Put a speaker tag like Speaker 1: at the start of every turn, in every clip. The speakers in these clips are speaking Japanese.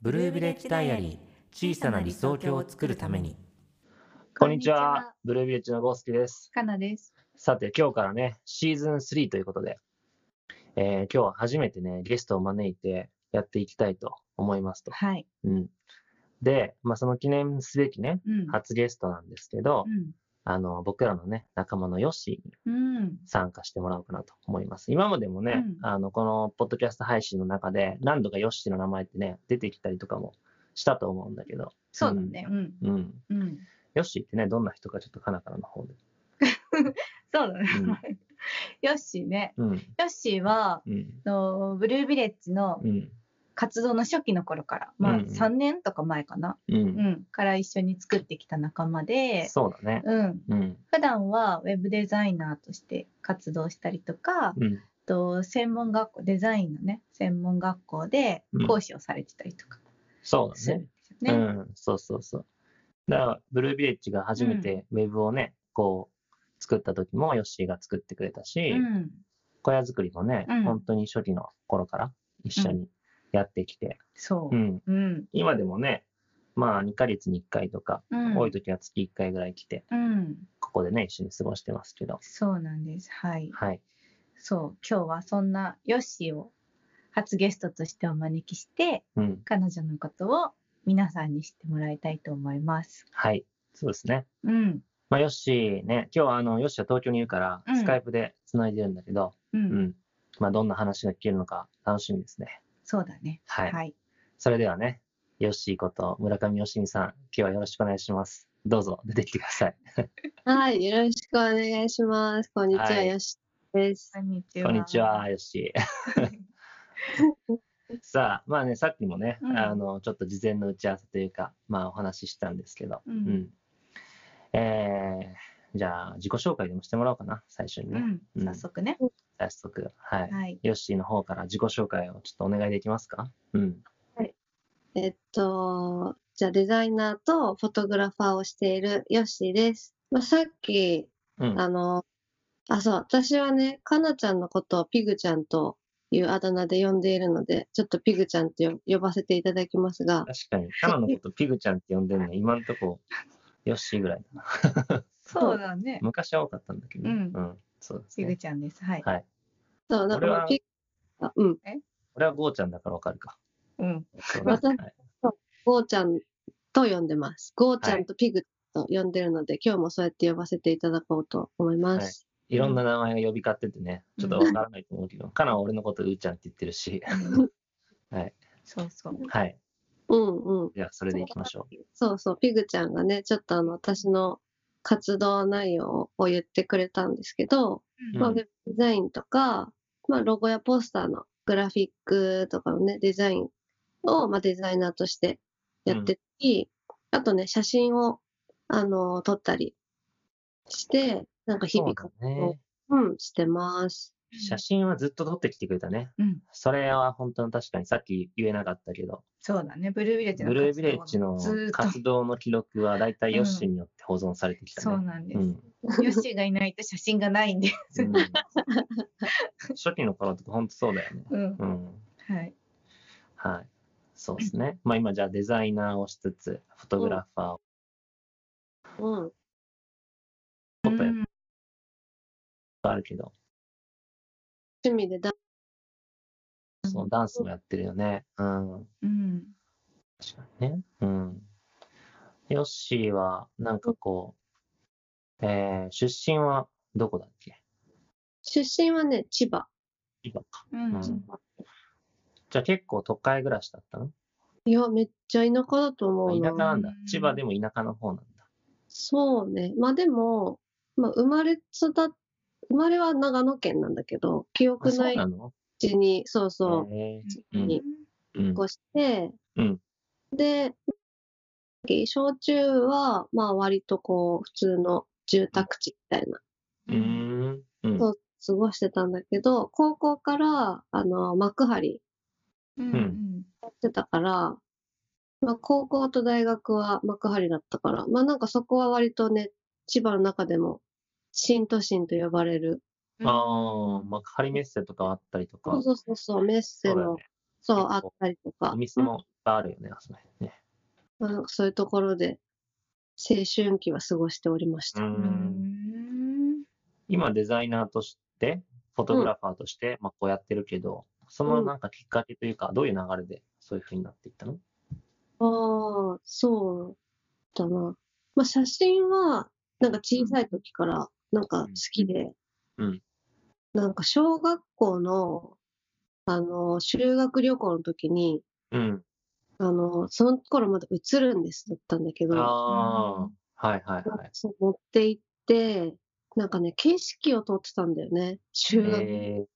Speaker 1: ブルービレッジダイアリー小さな理想郷を作るために
Speaker 2: こんにちは。ブルービレッジのゴスケです。
Speaker 3: かなです。
Speaker 2: さて、今日からね、シーズン3ということで、えー今日は初めてね、ゲストを招いてやっていきたいと思いますと。
Speaker 3: はい。
Speaker 2: うん。で、まあ、その記念すべきね、
Speaker 3: うん。
Speaker 2: 初ゲストなんですけど、あの、僕らのね、仲間のヨッシーに
Speaker 3: うん。うん。
Speaker 2: 参加してもらおうかなと思います。今までもね、
Speaker 3: うん
Speaker 2: あの、このポッドキャスト配信の中で、何度かヨッシーの名前ってね、出てきたりとかもしたと思うんだけど、
Speaker 3: そうだね。うん。
Speaker 2: うん。
Speaker 3: うん。
Speaker 2: ヨッシーってね、どんな人かちょっとかなからの方で。
Speaker 3: そうだね
Speaker 2: うん。
Speaker 3: ヨッシーね。
Speaker 2: うん。
Speaker 3: ヨッシーは、
Speaker 2: うん。
Speaker 3: あのブルービレッジの
Speaker 2: うん。
Speaker 3: 活動の初期の頃から、ま
Speaker 2: う
Speaker 3: あ
Speaker 2: んうん
Speaker 3: 3年とか前かな、
Speaker 2: う
Speaker 3: うん
Speaker 2: ん。
Speaker 3: から一緒に作ってきた仲間で、
Speaker 2: そうだね。
Speaker 3: うん、
Speaker 2: うん。
Speaker 3: 普段はウェブデザイナーとして活動したりとか、
Speaker 2: うん。
Speaker 3: と専門学校デザインのね専門学校で
Speaker 2: うん
Speaker 3: 講師をされてたりとか
Speaker 2: そう
Speaker 3: す
Speaker 2: だ
Speaker 3: る
Speaker 2: ね
Speaker 3: んで。すよね。
Speaker 2: うん。そうそうそう。だから、ブルービレッジが初めてウェブをね、こう、作った時もヨッシーが作ってくれたし、
Speaker 3: うん
Speaker 2: 小屋作りもね、
Speaker 3: うん
Speaker 2: 本当に初期の頃から一緒にやってきて、
Speaker 3: そうう。
Speaker 2: ん。
Speaker 3: うん。
Speaker 2: 今でもね、まあ2ヶ月に1回とか、
Speaker 3: うん。
Speaker 2: 多い時は月1回ぐらい来て、
Speaker 3: うん。
Speaker 2: ここでね、一緒に過ごしてますけど。
Speaker 3: そうなんです。はい。
Speaker 2: はい。
Speaker 3: そう。今日はそんなヨッシーを初ゲストとしてお招きして、
Speaker 2: うん。
Speaker 3: 彼女のことを皆さんに知ってもらいたいと思います。
Speaker 2: はい。そうですね。
Speaker 3: うん。
Speaker 2: まあ、ヨッシーね、今日はあの、ヨッシーは東京にいるから、
Speaker 3: うん
Speaker 2: スカイプで繋いでるんだけど、
Speaker 3: うん。
Speaker 2: うん、まあ、どんな話が聞けるのか楽しみですね。
Speaker 3: そうだね。
Speaker 2: はい。
Speaker 3: はい。
Speaker 2: それではね、ヨッシーこと村上よしみさん、今日はよろしくお願いします。どうぞ出てきてください。
Speaker 4: はい、よろしくお願いします。こんにちは、
Speaker 2: はい
Speaker 4: よしです。
Speaker 3: こんにちは。
Speaker 2: こんにちは、。ヨッシ ー。さあ、まあね、さっきもね、
Speaker 3: うん
Speaker 2: あの、ちょっと事前の打ち合わせというか、まあお話ししたんですけど、
Speaker 3: う。
Speaker 2: うんえー、じゃあ、自己紹介でもしてもらおうかな、最初に
Speaker 3: う
Speaker 2: ね。
Speaker 3: ん。
Speaker 2: うん
Speaker 3: 早速ね。
Speaker 2: 早速、はい。
Speaker 3: はい。
Speaker 2: ヨッシーの方から自己紹介をちょっとお願いできますかうん。
Speaker 4: えっと、じゃあデザイナーとフォトグラファーをしているよしです。まあ、さっき、
Speaker 2: うん。
Speaker 4: あの、あ、そう、私はね、かなちゃんのことをピグちゃんというあだ名で呼んでいるので、ちょっとピグちゃんってよ呼ばせていただきますが、
Speaker 2: 確かに、カナのことピグちゃんって呼んで るの、今んとこ、ヨッシーぐらいだな。
Speaker 3: そうだね。
Speaker 2: 昔は多かったんだけど、
Speaker 3: うん
Speaker 2: そうです
Speaker 3: ひぐ
Speaker 2: ね。
Speaker 3: ちゃんです。はい。
Speaker 2: はい。
Speaker 4: そう、なん
Speaker 2: 俺
Speaker 4: かもう
Speaker 2: は
Speaker 4: ピグ、あうん、
Speaker 2: 俺はゴーちゃんだからわかるか。
Speaker 3: うん。
Speaker 2: そう
Speaker 4: また
Speaker 2: だはい
Speaker 4: ゴーちゃんと呼んでます。ゴーちゃ
Speaker 2: はい
Speaker 4: んとピグと呼んでるので、今日もそうやって呼ばせていただこうと思います。
Speaker 2: はいいろんな名前が呼び交っててね、ちょっとわからないと思うけど、カナは俺のことうーちゃんって言ってる し、はい。
Speaker 3: そうそう。
Speaker 2: はい。
Speaker 4: うんうん。
Speaker 2: じゃあ、それでいきましょ
Speaker 4: そうそう、ピグちゃんがね、ちょっとあの、私の活動内容を言ってくれたんですけど、
Speaker 2: う。
Speaker 4: まあ、
Speaker 2: う
Speaker 4: ウ
Speaker 2: ん
Speaker 4: ェブデザインとか、まあ、ロゴやポスターのグラフィックとかのね、デザインを、まあ、デザイナーとしてやってたり、あとね、写真を、あの、撮ったりして、なんか日
Speaker 2: そう
Speaker 4: 々、
Speaker 2: だね。
Speaker 4: うん、してます。
Speaker 2: 写真はずっと撮ってきてくれたね。
Speaker 3: うん。
Speaker 2: それは本当に確かにさっき言えなかったけど、
Speaker 3: そうだね。ブルービレッジの
Speaker 2: ブルービレッジの
Speaker 3: 活動ずーっと
Speaker 2: 活動の記録はだいたいヨッシーによって保存されてきた
Speaker 3: そう
Speaker 2: ね。
Speaker 3: なんで
Speaker 2: うん
Speaker 3: す。ヨッシーがいないと写真がないんで。
Speaker 2: うん初期の頃とか本当そうだよね。
Speaker 3: うん。
Speaker 2: うん。
Speaker 3: はい。
Speaker 2: はい。そうですね。まあ今じゃあデザイナーをしつつ、フォトグラファーを
Speaker 4: うん。
Speaker 2: もっとやっ
Speaker 3: うん
Speaker 2: ぱあるけど、
Speaker 4: 趣味でダン
Speaker 2: そのダンスもやってるよね。うん。
Speaker 3: うん。
Speaker 2: 確かにね。うん。ヨッシーは、なんかこう、えー、出身はどこだっけ
Speaker 4: 出身はね、千葉。
Speaker 2: 千葉か。
Speaker 3: うん
Speaker 2: うんじゃあ結構都会暮らしだったの
Speaker 4: いや、めっちゃ田舎だと
Speaker 2: あ
Speaker 4: 思う
Speaker 2: 田舎
Speaker 4: な。
Speaker 2: なんだ
Speaker 3: うん。
Speaker 2: 千葉でも田舎の方なんだ。
Speaker 4: そうね。まあでも、まあ、生まれ育っ、生まれは長野県なんだけど、記
Speaker 2: あ
Speaker 4: 憶
Speaker 2: そ
Speaker 4: な
Speaker 2: う
Speaker 4: い
Speaker 2: なの
Speaker 4: うちに、そうそう、
Speaker 2: え
Speaker 4: う
Speaker 2: うん
Speaker 4: ん
Speaker 2: うん
Speaker 4: こうして、
Speaker 2: うん
Speaker 4: で、小中は、まあ割とこう、普通の住宅地みたいな、
Speaker 2: うーん。うん。
Speaker 4: そう過ごしてたんだけど、高校から、あの、幕張
Speaker 3: うんうん
Speaker 4: やってたから、まあ高校と大学は幕張だったから、まあなんかそこは割とね、千葉の中でも、新都心と呼ばれる
Speaker 2: ああ、まあ、仮メッセとかあったりとか。
Speaker 4: そうそうそうそう、メッセ
Speaker 2: そうだよ
Speaker 4: の
Speaker 2: ね、
Speaker 4: そう
Speaker 2: 結構
Speaker 4: あったりと
Speaker 2: お
Speaker 4: か、
Speaker 2: 店もいっぱいあるよね、あそこね。
Speaker 4: まあ、なんかそういうところで青春期は過ごしておりまし
Speaker 2: う。
Speaker 4: た。
Speaker 3: うんん。
Speaker 2: 今デザイナーとして、フォトグラファーとして、まあこうやってるけど、そのなんかきっかけというか、どういう流れでそういう風になっていったの
Speaker 4: ああ、そうだな。まあ、写真は、なんか小さい時から、なんか好きで、
Speaker 2: うん
Speaker 4: なんか小学校の、あの、修学旅行の時に、
Speaker 2: うん。
Speaker 4: あの、その頃まだ映るんですだったんだけど、
Speaker 2: ああ、はいはいはい。
Speaker 4: そう持って行って、なんかね、景色を撮ってたんだよね。修学、
Speaker 2: え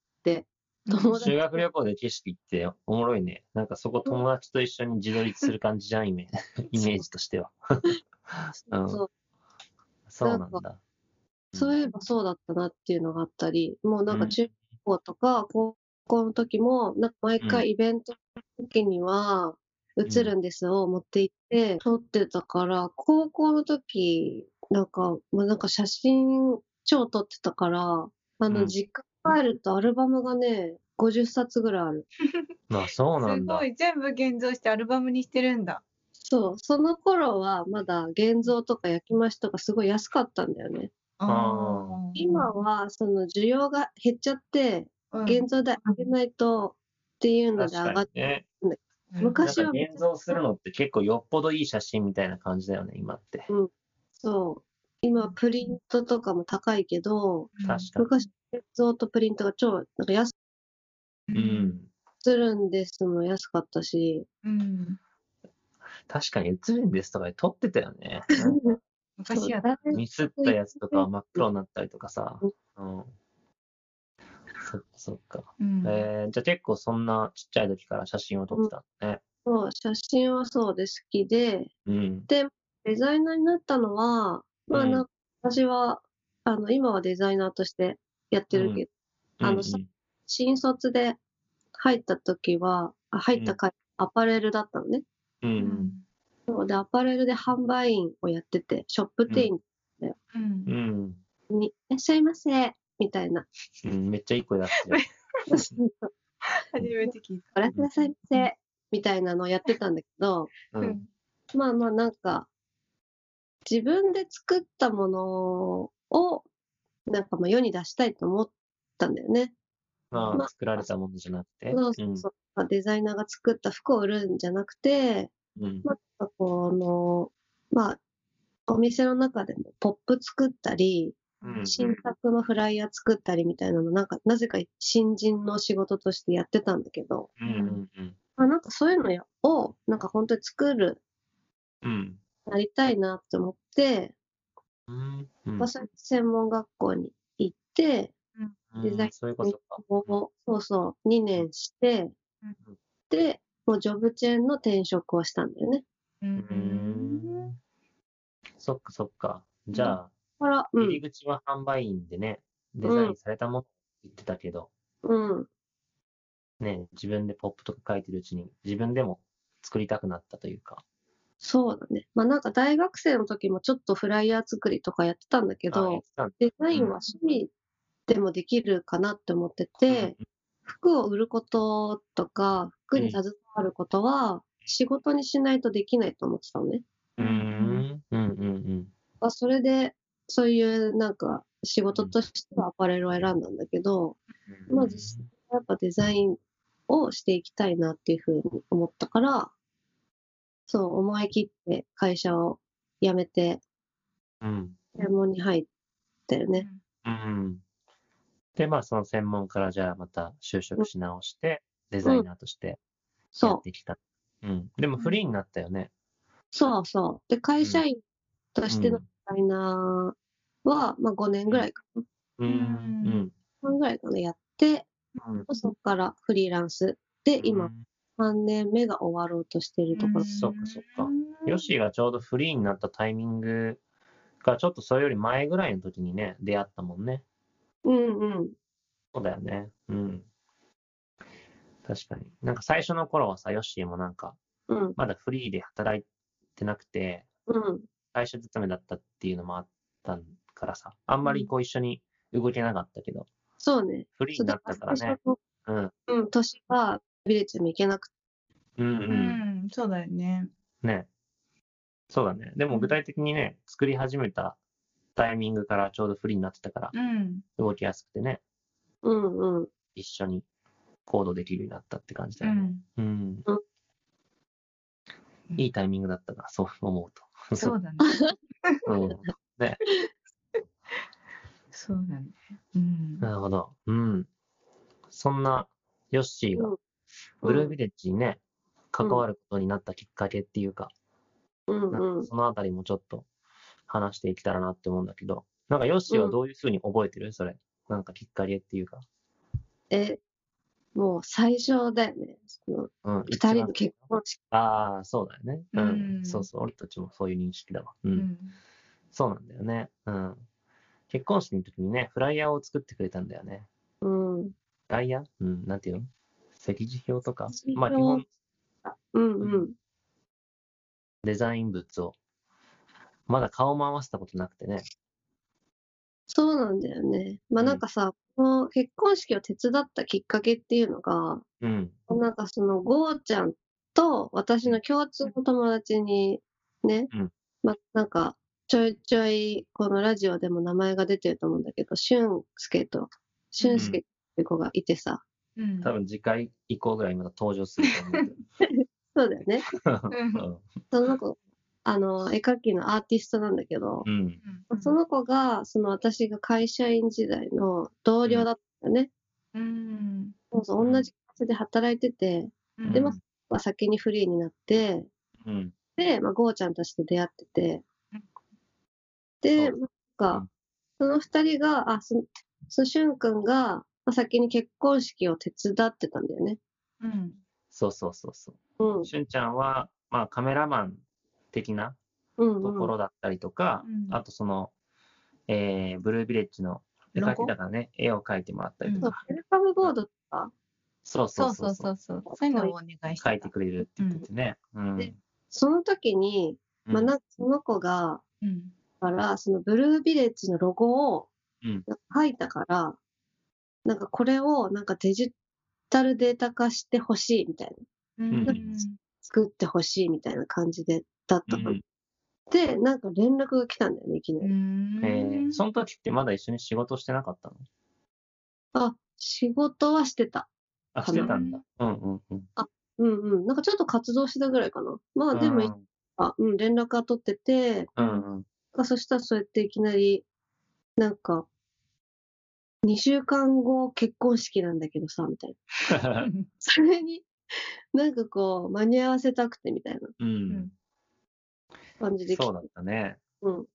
Speaker 4: 友
Speaker 2: ー、
Speaker 4: 達
Speaker 2: 修学旅行で景色っておもろいね。なんかそこ友達と一緒に自撮りする感じじゃん、イメージ イメージとしては。うん
Speaker 4: そう
Speaker 2: そうなん
Speaker 4: なん
Speaker 2: だ。
Speaker 4: そういえばそうだったなっていうのがあったり、もうなんか中高とか高校の時も、なんか毎回イベントの時には、映るんですを持って行って撮ってたから、高校の時、なんか、まあ、なんか写真超撮ってたから、あ
Speaker 2: う
Speaker 4: の、
Speaker 2: ん
Speaker 4: 実家帰るとアルバムがね、50冊ぐらいある。
Speaker 2: まあそうな
Speaker 3: す
Speaker 2: んだ
Speaker 3: ご。い。全部現像してアルバムにしてるんだ。
Speaker 4: そう、その頃はまだ現像とか焼き増しとかすごい安かったんだよね。
Speaker 2: あ
Speaker 3: あー
Speaker 4: 今、はその需要が減っちゃって、
Speaker 3: うん
Speaker 4: 現像代上げないとっていうの
Speaker 2: 確
Speaker 4: で上が
Speaker 2: か
Speaker 4: っ
Speaker 2: にね。なん
Speaker 4: 昔
Speaker 2: か
Speaker 4: はめちゃ
Speaker 2: 現像するのって結構よっぽどいい写真みたいな感じだよね、今って。
Speaker 4: そう。今、プリントとかも高いけど、
Speaker 3: うん
Speaker 2: 確か
Speaker 4: 昔、映像とプリントが超、なんか安
Speaker 2: に。うん。
Speaker 4: するんですも安かったし、
Speaker 3: うん。
Speaker 2: 確かに映るんですとかで撮ってたよね。なんか
Speaker 3: 昔やっ
Speaker 4: そうだね
Speaker 2: ミスったやつとかは真っ黒になったりとかさ。
Speaker 4: う
Speaker 2: うん。そっかそっか。
Speaker 3: うん
Speaker 2: えー、じゃあ結構そんなちっちゃい時から写真を撮ってたのね。
Speaker 4: そう、写真はそうで好きで、
Speaker 2: うん。
Speaker 4: デザイナーになったのは、まあ
Speaker 2: うん
Speaker 4: なんか私は、あの、今はデザイナーとしてやってるけど、あの
Speaker 2: うん
Speaker 4: さ新卒で入った時は、あ入った回、アパレルだったのね。
Speaker 2: う。
Speaker 3: うんん
Speaker 4: そうで、アパレルで販売員をやってて、ショップ店員
Speaker 3: う。
Speaker 2: うんん。
Speaker 4: に、いらっしゃいませ、みたいな。
Speaker 2: うん。めっちゃいい声出して る。
Speaker 3: 初めて聞い
Speaker 4: ご覧くださいませ、みたいなのをやってたんだけど、
Speaker 3: た。
Speaker 2: うん。
Speaker 4: まあまあなんか、自分で作ったものを、なんかまあ世に出したいと思ったんだよね。
Speaker 2: ま
Speaker 4: ま
Speaker 2: あ、
Speaker 4: あ
Speaker 2: 作られたものじゃなくて。
Speaker 4: そうそうそうまあデザイナーが作った服を売るんじゃなくて、
Speaker 2: うん。うん
Speaker 4: まあ、この、まあ、お店の中でもポップ作ったり、
Speaker 2: うん
Speaker 4: 新作のフライヤー作ったりみたいなの、なんか、なぜか新人の仕事としてやってたんだけど、
Speaker 2: うんうんうん。
Speaker 4: まあ、なんかそういうのやを、なんか本当に作る
Speaker 2: うん。
Speaker 4: なりたいなって思って、
Speaker 2: うんうん
Speaker 4: まあ、それで専門学校に行って、
Speaker 2: うん
Speaker 4: デザイン
Speaker 2: そういうこと
Speaker 4: こ
Speaker 2: か。
Speaker 4: うそうそう、2年して
Speaker 3: うん、
Speaker 4: で、もうジョブチェーンの転職をしたんだよね。
Speaker 3: う。
Speaker 2: うんん。そっかそっか。じゃあ、
Speaker 4: ほら、う
Speaker 2: 入り
Speaker 4: ん、
Speaker 2: 口は販売員でね、デザインされたものって言ってたけど、
Speaker 4: うん、
Speaker 2: ね、自分でポップとか書いてるうちに、自分でも作りたくなったというか。
Speaker 4: そうだね。まあなんか大学生の時もちょっとフライヤー作りとかやってたんだけ
Speaker 2: あ
Speaker 4: ど、
Speaker 2: やってたんだ
Speaker 4: デザインは趣味でもできるかなって思ってて、服を売ることとか、服に携わることは、仕事にしないとできないと思ってたのね。
Speaker 2: うんうんうんうん
Speaker 4: まあ、それで、そういうなんか仕事としてはアパレルを選んだんだけど、
Speaker 2: うん。
Speaker 4: まあ実際やっぱデザインをしていきたいなっていうふうに思ったから、そう思い切って会社を辞めて、
Speaker 2: うん。
Speaker 4: 専門に入ったよね。
Speaker 2: うん。で、まあその専門からじゃあまた就職し直して、デザイナーとしてやっ
Speaker 4: そう、
Speaker 2: てきた。うん。でもフリーになったよね。
Speaker 4: そうそう。で、会社員としてのデザイナーは、まあ5年ぐらいか
Speaker 2: うん。うん。
Speaker 4: な、ぐらいかな、やって、
Speaker 2: うん
Speaker 4: そこからフリーランスで、今、3年目が終わろうとしてるところ。
Speaker 2: そっかそっか。ヨッシーがちょうどフリーになったタイミングがちょっとそれより前ぐらいの時にね、出会ったもんね。
Speaker 4: うんうん。
Speaker 2: そうだよね。うん。確かに。なんか最初の頃はさ、ヨッシーもなんか、
Speaker 4: うん
Speaker 2: まだフリーで働いてなくて、
Speaker 4: うん。
Speaker 2: 会社勤めだったっていうのもあったからさ、あんまりこう一緒に動けなかったけど、
Speaker 4: そうね。
Speaker 2: フリー
Speaker 4: そう
Speaker 2: にな
Speaker 4: だ
Speaker 2: っ
Speaker 4: か
Speaker 2: たか
Speaker 4: ら
Speaker 2: ら
Speaker 4: 最
Speaker 2: ね
Speaker 4: 初。の、
Speaker 2: うん。
Speaker 4: うん、年はビレッジにも行けなく
Speaker 2: うんう。
Speaker 3: うんん、そうだよね。
Speaker 2: ね。そうだね。でも具体的にね、作り始めたタイミングからちょうどフリーになってたから、
Speaker 3: うん。
Speaker 2: 動きやすくてね、
Speaker 4: うんうん。
Speaker 2: 一緒に行動できるようになったって感じ
Speaker 3: う
Speaker 2: だよね。
Speaker 3: ん。
Speaker 2: うん。いいタイミングだったな、そう思うと。
Speaker 3: そうだね。
Speaker 2: うん。
Speaker 3: そうだね。うん。
Speaker 2: なるほど。うん。そんなヨッシーが
Speaker 4: うん
Speaker 2: ブルービレッジにね、関わることになったきっかけっていうか、
Speaker 4: うん
Speaker 2: な
Speaker 4: うんん
Speaker 2: か。そのあたりもちょっと話していけたらなって思うんだけど、なんかヨッシーはどういうふうに覚えてるそれ。なんかきっかけっていうか。
Speaker 4: え、もう最初だよね。その
Speaker 2: うん。
Speaker 4: 二人の
Speaker 2: 一
Speaker 4: 結婚式。
Speaker 2: 番ああ、そうだよね。うん。
Speaker 3: うん
Speaker 2: そうそう。俺たちもそういう認識だわ。う。
Speaker 3: うんん。
Speaker 2: そうなんだよね。うん。結婚式の時にね、フライヤーを作ってくれたんだよね。
Speaker 4: うん。うん
Speaker 2: フライヤーうん。なんていうの席次表とか。
Speaker 4: 席次
Speaker 2: まあ基
Speaker 4: 表
Speaker 2: 本
Speaker 4: うん。
Speaker 2: デザイン物を。まだ顔も合わせたことなくてね。
Speaker 4: そうなんだよね。まあ
Speaker 2: うん
Speaker 4: なんかさ、この結婚式を手伝ったきっかけっていうのが、
Speaker 2: うん。
Speaker 4: なんかそのゴーちゃんと私の共通の友達にね、
Speaker 2: うん
Speaker 4: まあなんかちょいちょいこのラジオでも名前が出てると思うんだけど、俊介と、俊介って子がいてさ、
Speaker 3: うん。
Speaker 2: 多分次回以降ぐらいにまた登場すると思うけど。
Speaker 4: そうだよね。その子、あの、絵描きのアーティストなんだけど
Speaker 2: う、ん。
Speaker 3: うん
Speaker 4: そ、の子が、その私が会社員時代の同僚だったんだよね。
Speaker 3: うん。
Speaker 4: そうそうう、
Speaker 2: ん
Speaker 4: 同じ会社で働いてて、
Speaker 3: うん
Speaker 4: でまあまあ先にフリーになって、
Speaker 2: うん。
Speaker 4: で、まあ、ゴーちゃんとして出会ってて
Speaker 3: うん、
Speaker 4: で、
Speaker 2: そ
Speaker 4: なんか、その二人が、あ、そそのしゅんくんが、まあ、先に結婚式を手伝ってたんだよね。
Speaker 3: うん。
Speaker 2: そうそうそうそうう。
Speaker 4: ん。
Speaker 2: しゅんちゃんは、まあカメラマン的な
Speaker 4: うん、
Speaker 2: とこ
Speaker 4: うん。
Speaker 2: ろだったりとか、
Speaker 3: うん
Speaker 2: あとその、えー、ブルービレッジの絵
Speaker 3: ロ
Speaker 2: 描
Speaker 3: ゴ
Speaker 2: きだからね、絵を描いてもらったりと
Speaker 4: そう
Speaker 2: か、、
Speaker 4: ウェルカムボードとか、
Speaker 2: そうそ
Speaker 3: そう
Speaker 2: そ
Speaker 3: うそう
Speaker 2: そ
Speaker 3: うそううそう。そういうのをお願いしてた。
Speaker 2: 描いてくれるって言っててね。うん。
Speaker 4: でその時に、まあ、
Speaker 2: うん
Speaker 4: なんかその子が、
Speaker 3: うん。
Speaker 4: から、そのブルービレッジのロゴを
Speaker 2: うん
Speaker 4: なんか書いたから、なんかこれをなんかデジタルデータ化してほしいみたいな、
Speaker 3: うん。
Speaker 4: 作ってほしいみたいな感じで、だったの。
Speaker 2: うん
Speaker 4: で、なんか連絡が来たんだよね、いきなり。
Speaker 2: えー、その時ってまだ一緒に仕事してなかったの
Speaker 4: あ、仕事はしてた。
Speaker 2: あ、
Speaker 4: か
Speaker 2: し
Speaker 4: な
Speaker 2: てたんだ。うんうんうん。
Speaker 4: うんうん。なんかちょっと活動してたぐらいかな。まあでも、
Speaker 2: うん
Speaker 4: あうん、連絡は取ってて、
Speaker 2: うん うん。
Speaker 4: あそしたらそうやっていきなり、なんか、2週間後結婚式なんだけどさ、みたいな。それに、なんかこう、間に合わせたくてみたいな
Speaker 2: うん。
Speaker 4: 感じで来て
Speaker 2: そうだったね。
Speaker 4: うん。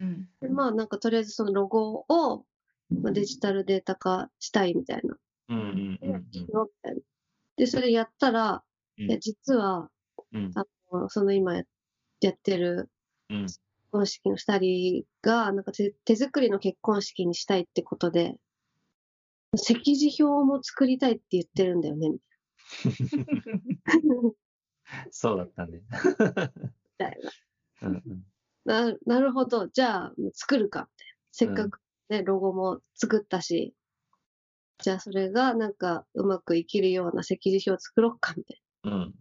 Speaker 3: うん。
Speaker 4: でまあなんかとりあえずそのロゴを、まあ、デジタルデータ化したいみたいな。
Speaker 2: うんうんうんうん。
Speaker 4: みたいなで、それやったら、
Speaker 2: うん
Speaker 4: いや実は、
Speaker 2: うん
Speaker 4: あのその今ややってる
Speaker 2: うん。
Speaker 4: 結婚式の二人が、なんか手手作りの結婚式にしたいってことで、席次表も作りたいって言ってるんだよね。みたい
Speaker 2: そうだったね。
Speaker 4: なみたいな。
Speaker 2: うんうん
Speaker 4: な なるほど。じゃあ、もう作るか。せっかくね、ロゴも作ったし、じゃあそれがなんかうまくいけるような席次表を作ろうか、みたい
Speaker 2: うん。
Speaker 4: な。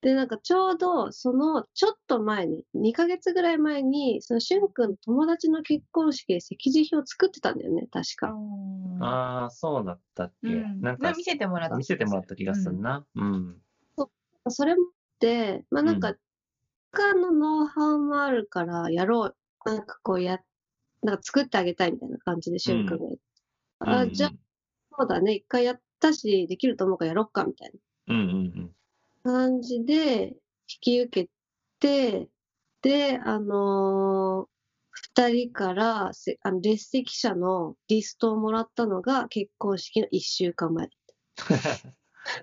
Speaker 4: で、なんかちょうどそのちょっと前に、2ヶ月ぐらい前に、そのしゅんくんの友達の結婚式で席次表を作ってたんだよね、確か。
Speaker 3: あ
Speaker 2: ああ、そうだったっけ。
Speaker 3: うん、
Speaker 2: なんか
Speaker 3: 見せてもらった。
Speaker 2: 見せてもらった気がするな。うん。
Speaker 4: それもあって、まあなん
Speaker 2: う
Speaker 4: か、他のノウハウもあるから、やろう。なんかこうや、なんか作ってあげたいみたいな感じで、しゅんくんが言って。あ
Speaker 2: うんうん
Speaker 4: じゃあそうだね、一回やったし、できると思うからやろっか、みたい
Speaker 2: うんうん
Speaker 4: な感じで、引き受けて、で、あのー二人からせあの列席者のリストをもらったのが結婚式の一週間前。
Speaker 2: うん。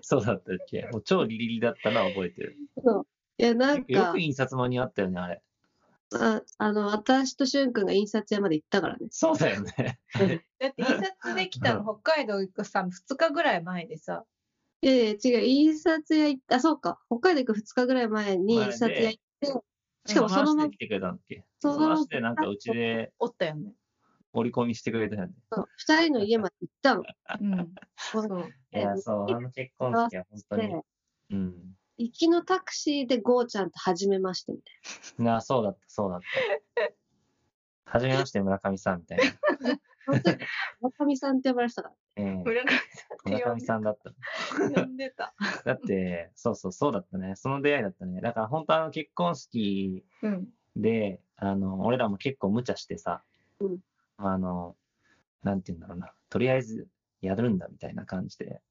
Speaker 2: そうだったっけ。もう超ギリギリだったな、覚えてる。
Speaker 4: そういや、なん
Speaker 2: よ
Speaker 4: か
Speaker 2: く、印刷間に合ったよね、あれ。
Speaker 4: ああの、私としゅんくんが印刷屋まで行ったからね。
Speaker 2: そうだよね。
Speaker 3: だって印刷できたの北海道行くさ、2日ぐらい前でさ。
Speaker 4: いやいや、違う、印刷屋行った、あ、そうか、北海道行く二日ぐらい前に
Speaker 2: 前で
Speaker 4: 印刷屋行って、 しか
Speaker 3: で
Speaker 4: もそのま
Speaker 2: 話
Speaker 4: ま
Speaker 2: で来、てくれたんだっけ。
Speaker 4: そ
Speaker 2: その
Speaker 4: のまま
Speaker 2: 話でなんかうちで
Speaker 3: おったよね。
Speaker 2: 折り込みしてくれたよね。
Speaker 4: そう二人の家まで行ったの。
Speaker 3: うん。そう。
Speaker 2: いや、そう、あの結婚式は本当
Speaker 4: で
Speaker 2: に。うん。
Speaker 4: 行きのタクシーでゴーちゃんと初めましてみたい
Speaker 2: なあ、そうだった、そうだった。はじめまして、村上さんみたいな。
Speaker 4: な。その時村上さんって呼ばれてたから。
Speaker 2: ええ
Speaker 3: 村上
Speaker 2: 村上さんだった。
Speaker 3: ん呼んでた。
Speaker 2: だって、そうそう、そうだったね。その出会いだったね。だから本当あの結婚式
Speaker 3: うん。
Speaker 2: で、あの、俺らも結構無茶してさ、
Speaker 4: うん
Speaker 2: あの、なんて言うんだろうな、とりあえずやるんだみたいな感じで、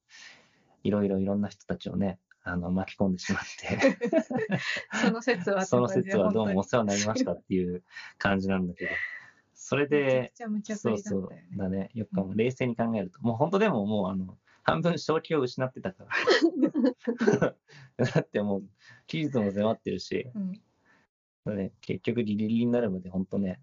Speaker 2: いろいろいろんな人たちをね、あの、巻き込んでしまっ て、
Speaker 3: その説はって
Speaker 2: その
Speaker 3: 感じで
Speaker 2: 説はどうもお
Speaker 3: 本
Speaker 2: 世話になりましたっていう感じなんだけど、それ
Speaker 3: 当にめ
Speaker 2: で、
Speaker 3: ちゃくちゃ無茶ぶ
Speaker 2: そう
Speaker 3: りだった
Speaker 2: そ
Speaker 3: よ
Speaker 2: う
Speaker 3: ね。
Speaker 2: だね。よくかも冷静に考えると。もう本当でももうあの、半分正気を失ってた から。だってもう、期日も迫ってるし、
Speaker 3: うん。
Speaker 2: だね、結局ギリギリになるまで本当ね、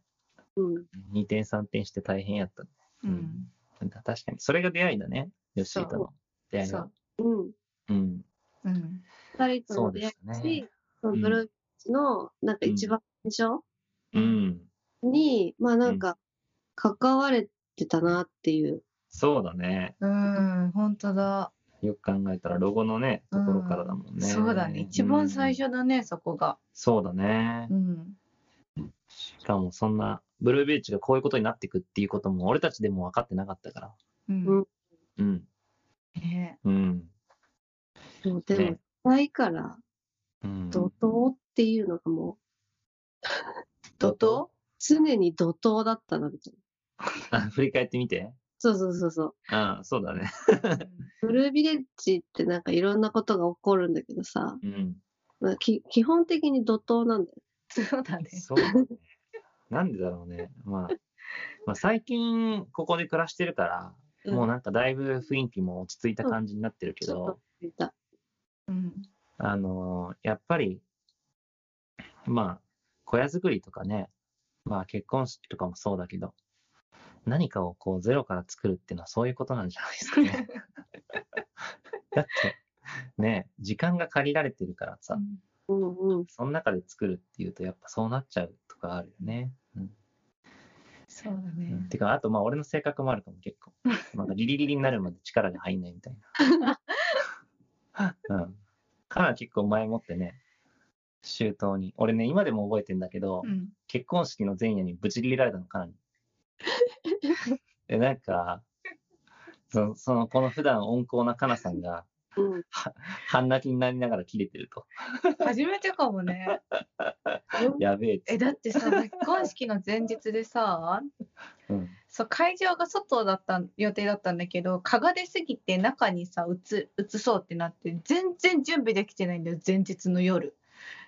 Speaker 4: うん。
Speaker 2: 2点3点して大変やった。
Speaker 3: う
Speaker 2: うん
Speaker 3: ん。
Speaker 2: 確かに。それが出会いだね。ヨシーとの出会い
Speaker 3: そ
Speaker 2: が
Speaker 3: う。。
Speaker 4: うん。
Speaker 2: うん。
Speaker 3: うん。
Speaker 4: 二人と
Speaker 2: そ
Speaker 4: の
Speaker 2: うで
Speaker 4: 出会
Speaker 2: し
Speaker 4: い
Speaker 2: た
Speaker 4: だし、
Speaker 2: ね。
Speaker 4: その
Speaker 2: うん
Speaker 4: ブルービーチの、なんか一番最初
Speaker 2: うん。
Speaker 4: に、まあなんか、関われてたなっていう。
Speaker 2: そうだね。
Speaker 3: うん。本当だ。
Speaker 2: よく考えたらロゴのね、ところからだもんね。
Speaker 3: そうだね。一番最
Speaker 2: うん。
Speaker 3: 初だね、そこが。
Speaker 2: そうだね
Speaker 3: う。ん。
Speaker 2: しかもそんな、ブルービーチがこういうことになっていくっていうことも俺たちでも分かってなかったから。
Speaker 3: うん。
Speaker 2: うん。
Speaker 3: ね
Speaker 2: うん。
Speaker 4: もうでも
Speaker 2: ね、
Speaker 4: ないから、
Speaker 2: うん
Speaker 4: 怒涛っていうのがもう、
Speaker 3: 怒涛
Speaker 4: 常に怒涛だったな、みたいな。
Speaker 2: あ振り返ってみて。
Speaker 4: そうそうそうそう。
Speaker 2: ああ、そうだね。
Speaker 4: ブルービレッジってなんかいろんなことが起こるんだけどさ、
Speaker 2: うん。
Speaker 4: まあ、き基本的に怒涛なんだよ。
Speaker 3: そうだね。
Speaker 2: そうだね。なんでだろうね。まあ、まあ、最近ここで暮らしてるから、
Speaker 4: うん
Speaker 2: もうなんかだいぶ雰囲気も落ち着いた感じになってるけ
Speaker 4: ちょっ
Speaker 2: ど
Speaker 4: と、言った。
Speaker 3: うん。
Speaker 2: あのーやっぱり、まあ、小屋作りとかね、まあ結婚式とかもそうだけど、何かをこうゼロから作るっていうのはそういうことなんじゃないですかね。だって、ね、時間が限られてるからさ、
Speaker 4: うんうん。
Speaker 2: その中で作るっていうとやっぱそうなっちゃうとかあるよね。うん
Speaker 3: そうだ
Speaker 2: うん
Speaker 3: ね。
Speaker 2: てか、あと、まあ、俺の性格もあるかも、結 構。なんかギリギリになるまで力が入んないみたい な。うん。から結構前もってね、周到に。俺ね、今でも覚えてんだけど、
Speaker 3: うん。
Speaker 2: 結婚式の前夜にブチ切れられたの、かな り。で、なんか、その、そのこの普段温厚なかなさんが、
Speaker 4: うん、
Speaker 2: 半泣きになりながら切れてると。
Speaker 3: 初めてかもね。
Speaker 2: やべえっつ
Speaker 3: え、だってさ、結婚式の前日でさ、
Speaker 2: うん。
Speaker 3: そう会場が外だった予定だったんだけど蚊が出すぎて中にさうつうつそうってなって全然準備できてないんだよ前日の夜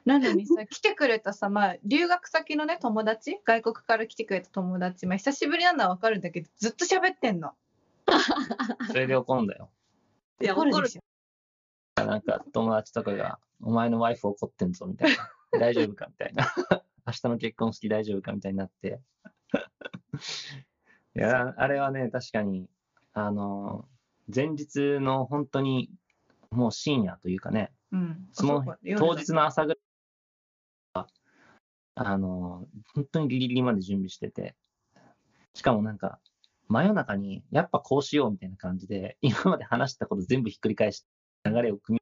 Speaker 3: なの にさ来てくれたさ、まあ、留学先のね友達外国から来てくれた友達、まあ、久しぶりなのは分かるんだけどずっと喋ってんの
Speaker 2: それで怒るんだよ。
Speaker 4: いや、
Speaker 3: 怒る
Speaker 4: 怒
Speaker 3: で
Speaker 4: る
Speaker 3: しょ
Speaker 2: なんか友達とかが、お前のワイフ怒ってんぞみたいな。大丈夫かみたいな。 明日の結婚式大丈夫かみたいになって。いや、あれはね、確かに、あの、前日の本当に、もう深夜というかね、
Speaker 3: うん
Speaker 2: その
Speaker 3: 遅く夜だ
Speaker 2: 当日の朝ぐらいあの、本当にギリギリまで準備してて、しかもなんか、真夜中に、やっぱこうしようみたいな感じで、今まで話したこと全部ひっくり返して、流れを組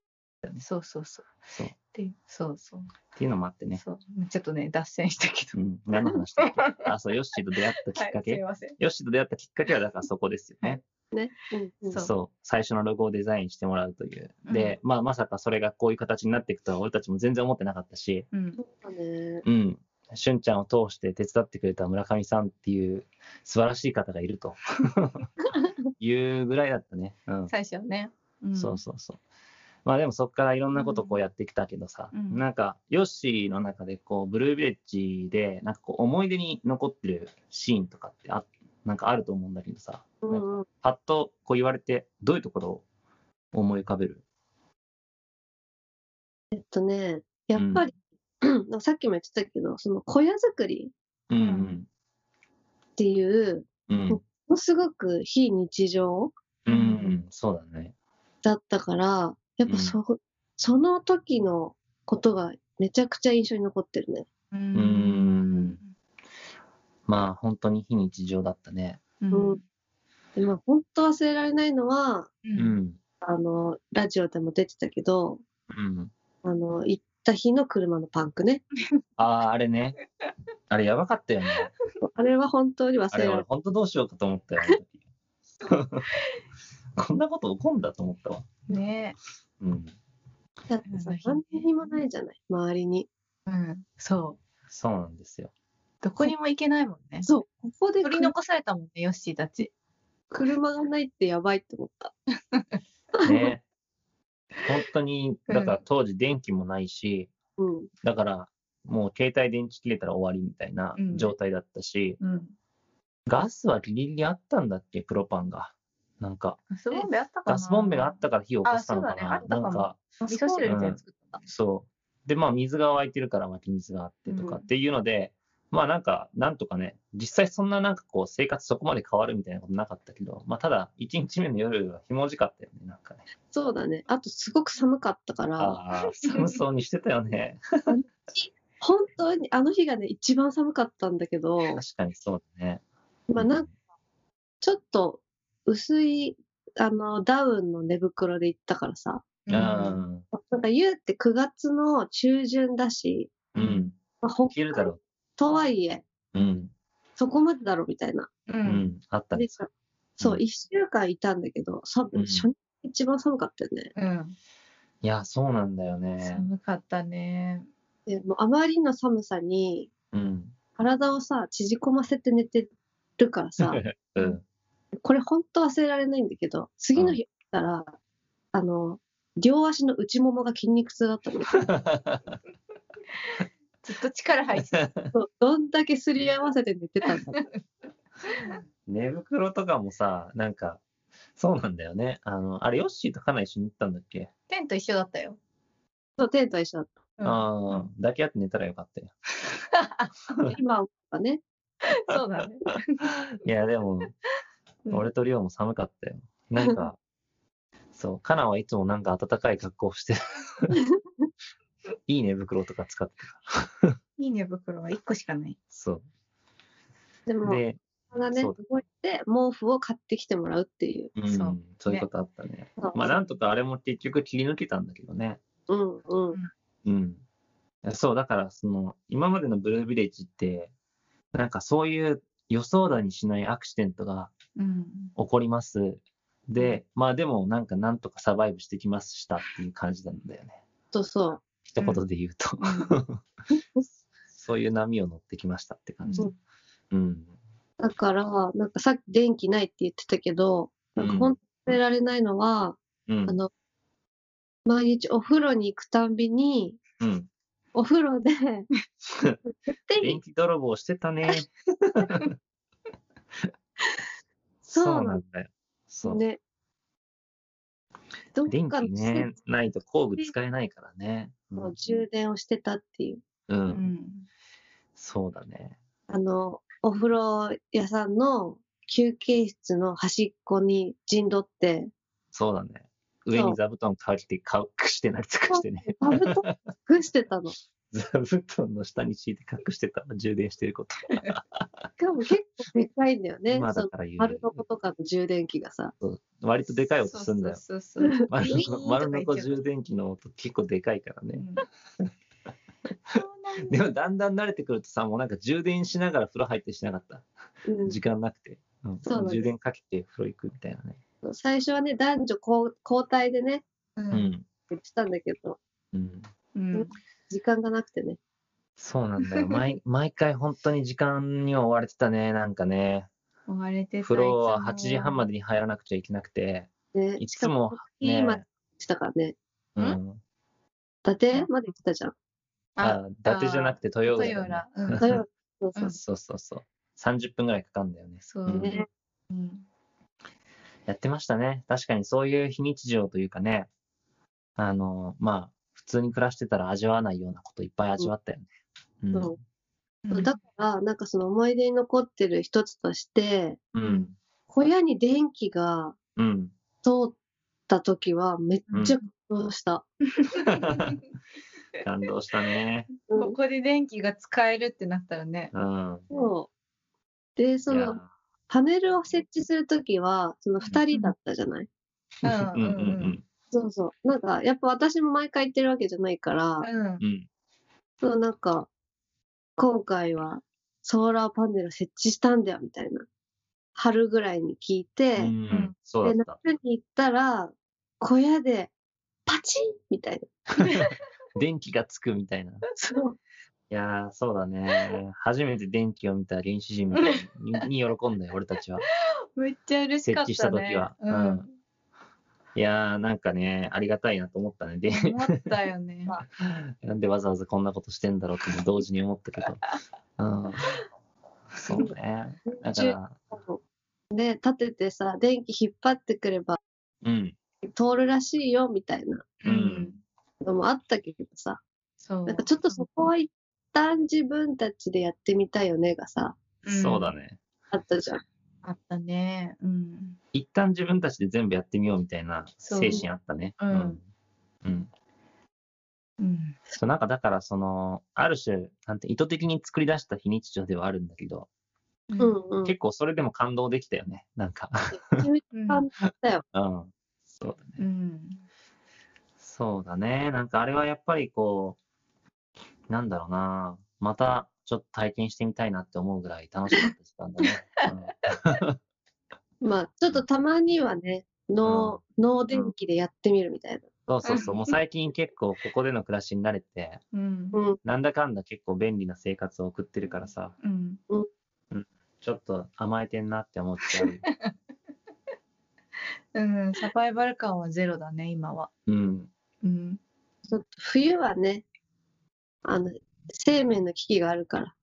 Speaker 2: み、
Speaker 3: そうそうそう
Speaker 2: そう
Speaker 3: でそうそう,、
Speaker 2: っていうのもあってね。
Speaker 3: そうちょっとね脱線した けど
Speaker 2: うん、何の話だっ けあ、そう、ヨッシーと出会ったきっ
Speaker 3: は
Speaker 2: か
Speaker 3: いす
Speaker 2: け、
Speaker 3: いません
Speaker 2: ヨッシーと出会ったきっかけは、だからそこですよね。
Speaker 4: ね。うんうん
Speaker 3: そう
Speaker 2: 最初のロゴをデザインしてもらうという。で、まあ、まさかそれがこういう形になっていくとは、俺たちも全然思ってなかったし、
Speaker 3: うん
Speaker 4: そうね。
Speaker 2: うん。しゅんちゃんを通して手伝ってくれた村上さんっていう素晴らしい方がいると いうぐらいだったね。うん。
Speaker 3: 最初はね、うん、
Speaker 2: そうそうそう。まあでもそこからいろんなことこうやってきたけどさ、
Speaker 3: うん
Speaker 2: なんかヨッシーの中でこうブルービレッジでなんかこう思い出に残ってるシーンとかってあなんかあると思うんだけどさ、
Speaker 4: うんうん。
Speaker 2: パッとこう言われてどういうところを思い浮かべる
Speaker 4: えっとね、やっぱり、さっきも言ってたけど、その小屋作り
Speaker 2: うん
Speaker 4: っていう、
Speaker 2: うんうん
Speaker 4: ものすごく非日常
Speaker 2: うんうんそうだね。
Speaker 4: だったから、やっぱそ、その時のことがめちゃくちゃ印象に残ってるね。
Speaker 3: うー
Speaker 2: うーん
Speaker 3: ん
Speaker 2: まあ本当に非日常だったね。
Speaker 3: うん
Speaker 4: うんでまあ、本当忘れられないのは、
Speaker 3: う
Speaker 2: うんん
Speaker 4: あの、ラジオでも出てたけど、
Speaker 2: うん。
Speaker 4: あの、行った日の車のパンクね。
Speaker 2: ああ、あれね。あれやばかったよね。
Speaker 4: あれは本当に忘
Speaker 2: あ
Speaker 4: れ
Speaker 2: れ俺
Speaker 4: られない。
Speaker 2: ほんとどうしようかと思ったよ。あの時 こんなこと起こんだと思ったわ。
Speaker 3: ね
Speaker 2: うん。
Speaker 4: だってさ、何にもないじゃない、周りに。
Speaker 3: え。うん。そう。
Speaker 2: そうなんですよ。
Speaker 3: どこにも行けないもんね。
Speaker 4: そう、ここで
Speaker 3: 取り残されたもんね、ヨッシーたち。
Speaker 4: 車がないってやばいって思った。
Speaker 2: ね。本当に、
Speaker 3: うん
Speaker 2: だから当時電気もないし、
Speaker 4: うん。
Speaker 2: だからもう携帯電池切れたら終わりみたいな
Speaker 3: うん
Speaker 2: 状態だったし、
Speaker 3: うん。
Speaker 2: ガスはギリギリあったんだっけ、プロパンが。なんか、
Speaker 3: ガスボンベあったかな
Speaker 2: ガスボンベがあったから火を起こしたのか
Speaker 3: あそうだねあ
Speaker 2: な
Speaker 3: っ。
Speaker 2: な
Speaker 3: たかも
Speaker 2: んか、
Speaker 3: 味噌汁みたいなの作ったんだ。
Speaker 2: そう。で、まあ、水が湧いてるから湧き水があってとか
Speaker 3: うん
Speaker 2: っていうので、まあ、なんか、なんとかね、実際そんななんかこう、生活そこまで変わるみたいなことなかったけど、まあ、ただ、1日目の夜はひもじかったよね、なんかね。
Speaker 4: そうだね。あと、すごく寒かったから、
Speaker 2: ああ、寒そうにしてたよね。
Speaker 4: 本当にあの日がね、一番寒かったんだけど、
Speaker 2: 確かにそうだね。
Speaker 4: まあ、なんかちょっと薄い、あの、ダウンの寝袋で行ったからさ、
Speaker 2: うん。うん。
Speaker 4: なんか言うって9月の中旬だし、
Speaker 2: う
Speaker 3: うん
Speaker 2: ん。
Speaker 4: まあ、北
Speaker 2: いけるだろ
Speaker 4: とはいえ、
Speaker 2: う。うん。
Speaker 4: そこまでだろうみたいな。
Speaker 2: う
Speaker 3: う。
Speaker 2: んん。あった
Speaker 4: で
Speaker 2: ね。
Speaker 4: そうう、
Speaker 2: ん
Speaker 4: 1週間いたんだけど、さ
Speaker 2: うん
Speaker 4: 初日一番寒かったよね。
Speaker 3: うん。
Speaker 2: いや、そうなんだよね。
Speaker 3: 寒かったね。
Speaker 4: でもうあまりの寒さに、
Speaker 2: うん。
Speaker 4: 体をさ、縮こませて寝てるか らさ、
Speaker 2: うん。
Speaker 4: これ本当忘れられないんだけど、次の日起きたら、あの、両足の内ももが筋肉痛 だったの。
Speaker 3: ずっと力入ってた。
Speaker 4: そうどんだけすり合わせて寝てたんだ。
Speaker 2: 寝袋とかもさ、なんか、そうなんだよね。あの、あれ、ヨッシーとカナ一緒に行ったんだっけ
Speaker 3: テント一緒だったよ。
Speaker 4: そう、テントは一緒だっ
Speaker 3: うん
Speaker 2: ああ、抱き合って寝たらよかったよ。
Speaker 4: た。今はね、
Speaker 3: そうだね。
Speaker 2: いや、でも、
Speaker 3: うん
Speaker 2: 俺とリオも寒かった よ。なんか、そう、カナはいつもなんか暖かい格好を して、いい寝袋とか使ってた。
Speaker 3: いい寝袋は1個しかない。
Speaker 2: そ
Speaker 4: で
Speaker 2: う。
Speaker 4: も、
Speaker 2: で、
Speaker 4: 体がね、
Speaker 2: そ
Speaker 4: 動
Speaker 2: うだ
Speaker 4: いて、毛布を買ってきてもらうっていう。
Speaker 2: うん、
Speaker 3: そ
Speaker 2: そうういうことあったね。
Speaker 4: そう
Speaker 2: まあ、なんとかあれも結局切り抜けたんだけどね。
Speaker 4: うんうん。
Speaker 2: うん。そう、だから、その、今までのブルービレッジって、なんかそういう予想だにしないアクシデントが
Speaker 3: うん。
Speaker 2: 起こります。で、まあでもなんかなんとかサバイブしてきましたっていう感じなんだよね。
Speaker 4: そうそう。
Speaker 2: 一言で言うと。そういう波を乗ってきましたって感じ。
Speaker 4: うん
Speaker 2: うん。
Speaker 4: だから、なんかさっき電気ないって言ってたけど、なんか
Speaker 2: うん
Speaker 4: 本当に忘れられないのは、
Speaker 2: うん
Speaker 4: あ。の、毎日お風呂に行くたんびに、
Speaker 2: うん。
Speaker 4: お風呂 で、手
Speaker 2: 電
Speaker 4: に、
Speaker 2: 気泥棒してたね。
Speaker 4: そう
Speaker 2: な
Speaker 4: なん
Speaker 2: だよ。そう。
Speaker 4: んね。どっ
Speaker 2: 電
Speaker 4: かの
Speaker 2: 気
Speaker 4: 施
Speaker 2: ね
Speaker 4: 設、
Speaker 2: ないと工具使えないからね。うん
Speaker 4: の充電をしてたっていう。
Speaker 2: う。
Speaker 3: うんん。
Speaker 2: そうだね。
Speaker 4: あの、お風呂屋さんの休憩室の端っこに陣取って、
Speaker 2: そうだね。上に座布団かけて、か隠してなりとかしてね。
Speaker 4: 座布団隠して たの。し
Speaker 2: 座布団の下に敷いて隠してた充電してること。
Speaker 4: かも結構でかいんだよね。
Speaker 2: 今
Speaker 4: そ
Speaker 2: だ
Speaker 4: の
Speaker 2: から言
Speaker 4: 丸のこ
Speaker 2: う。
Speaker 4: とかの充電器がさ。
Speaker 2: 割とでかい音すんだよ。
Speaker 3: そうそう そうそう
Speaker 2: 丸
Speaker 3: ウィーンと
Speaker 2: の
Speaker 3: か
Speaker 2: 丸のこ
Speaker 3: 言っちゃう
Speaker 2: 充電器の音結構でかいから
Speaker 3: う
Speaker 2: ね。
Speaker 3: んそうなんだ
Speaker 2: でもだんだん慣れてくるとさ、もうなんか充電しながら風呂入ってしなかった。
Speaker 4: うん
Speaker 2: 時間なくて。うん
Speaker 4: そうなんです
Speaker 2: 充電かけて風呂行くみたいなね。
Speaker 4: 最初はね、男女交交代でね、
Speaker 3: う
Speaker 2: うんん。
Speaker 4: 言ってたんだけど、
Speaker 2: うん。
Speaker 3: うん
Speaker 4: 時間がなくてね。
Speaker 2: そうなんだよ。毎 毎回本当に時間に追われてたね、なんかね。
Speaker 3: 追われてた
Speaker 2: 風呂は8
Speaker 3: いつも
Speaker 2: 時半までに入らなくちゃいけなくて、
Speaker 4: ね
Speaker 2: いつも、
Speaker 4: しか
Speaker 2: ね
Speaker 4: も、今言ってたからね。
Speaker 2: うんん、
Speaker 4: 伊達まで言ってた じゃん。
Speaker 2: あ伊達じゃなくて豊浦だね、
Speaker 3: 豊浦うん
Speaker 4: だよそうそううん
Speaker 2: そうそうそう。30分ぐらいかかるんだよね。
Speaker 3: そ
Speaker 2: うん
Speaker 3: う
Speaker 4: ね
Speaker 3: うん
Speaker 2: やってましたね。確かにそういう非日常というかね、あの、まあ、普通に暮らしてたら味わわないようなこといっぱい味わったよね。うん。
Speaker 4: そう
Speaker 3: うん
Speaker 4: だから、なんかその思い出に残ってる一つとして、
Speaker 2: うん。
Speaker 4: 小屋に電気が
Speaker 2: うん。
Speaker 4: 通った時はめっちゃ感動した。
Speaker 2: 感動したね。
Speaker 4: うん
Speaker 3: ここで電気が使えるってなったらね
Speaker 2: うん。
Speaker 4: そうで、そ
Speaker 2: いや
Speaker 4: のパネルを設置するときは、その二人だったじゃない、
Speaker 3: う
Speaker 2: うんうんうん。
Speaker 4: そうそう。なんか、やっぱ私も毎回行ってるわけじゃないから、
Speaker 3: うん
Speaker 2: う。ん。
Speaker 4: そう、なんか、今回はソーラーパネル設置したんだよ、みたいな。春ぐらいに聞いうて、
Speaker 2: ん。そう
Speaker 4: で、
Speaker 2: だった。
Speaker 4: 夏に行ったら、小屋で、パチンみたいな。
Speaker 2: 電気がつくみたいな。い
Speaker 4: そう。
Speaker 2: やー、そうだね。初めて電気を見た原始人みたいにに喜んだよ、俺たちは。
Speaker 3: めっちゃ嬉しかった
Speaker 2: 設
Speaker 3: ね。
Speaker 2: 置した時はう
Speaker 3: う
Speaker 2: ん
Speaker 3: ん。
Speaker 2: いやー、なんかね、ありがたいなと思ったね。で、
Speaker 3: 思ったよね。
Speaker 2: なんでわざわざこんなことしてんだろうとも同時に思ったけ ど。うん。そうね。だから、
Speaker 4: で、立ててさ、電気引っ張ってくれば
Speaker 2: うん。
Speaker 4: 通るらしいよ、みたいな
Speaker 2: う
Speaker 3: うんん。
Speaker 4: のもあったけどさ、
Speaker 3: そう。
Speaker 4: なんかちょっとそこは一旦自分たちでやってみたいよねがさ、
Speaker 3: うん
Speaker 2: そうだね。
Speaker 4: あったじゃん。
Speaker 3: あったね。うん。
Speaker 2: 一旦自分たちで全部やってみようみたいな
Speaker 3: そう
Speaker 2: 精神あったね。
Speaker 3: うん
Speaker 2: うん。うん。
Speaker 3: うん。
Speaker 2: そう、なんかだから、その、ある種、なんて、意図的に作り出した非日常ではあるんだけど、
Speaker 3: うん
Speaker 4: うんうん。
Speaker 2: 結構それでも感動できたよね。なんか。
Speaker 3: うん
Speaker 4: 感じだよ。
Speaker 2: うん。そうだね。
Speaker 3: うん。
Speaker 2: そうだね。なんかあれはやっぱりこう、なんだろうな。またちょっと体験してみたいなって思うぐらい楽しかった時間だね。
Speaker 4: まあ、ちょっとたまにはね、脳、脳電気でやってみるみたいな。
Speaker 2: うん、そうそうそう。もう最近結構ここでの暮らしに慣れて、
Speaker 3: うん。
Speaker 4: うん。
Speaker 2: なんだかんだ結構便利な生活を送ってるからさ、
Speaker 3: うん。
Speaker 2: ちょっと甘えてんなって思っちゃ う。
Speaker 3: うん。サバイバル感はゼロだね、今は。
Speaker 2: うん。
Speaker 3: うん。
Speaker 4: ちょっと冬はね、あの、生命の危機があるから、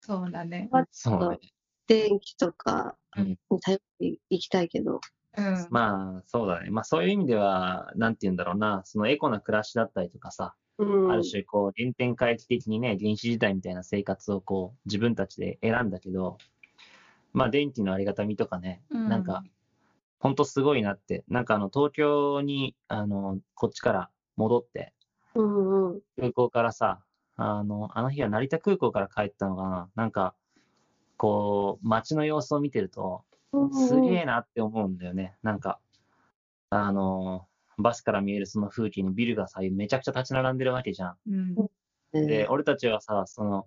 Speaker 3: そうだね。
Speaker 2: そうね。
Speaker 4: 電気とか
Speaker 2: うん
Speaker 4: に頼っていきたいけど、
Speaker 3: うん。
Speaker 2: まあ、そうだね。まあそういう意味では、なんて言うんだろうな。そのエコな暮らしだったりとかさ、
Speaker 4: うん。
Speaker 2: ある種、こう、原点回帰的にね、原始時代みたいな生活をこう、自分たちで選んだけど、まあ、電気のありがたみとかね、
Speaker 3: うん
Speaker 2: なんか、ほんとすごいなって、なんかあの、東京に、あの、こっちから戻って、
Speaker 4: うんうん。
Speaker 2: 空港からさ、あの、あの日は成田空港から帰ったのかな、なんか、こう、街の様子を見てると、すげえなって思うんだよね。なんか、あの、バスから見えるその風景にビルがさ、めちゃくちゃ立ち並んでるわけじゃん。
Speaker 3: うん。
Speaker 4: え
Speaker 2: で、俺たちはさ、その、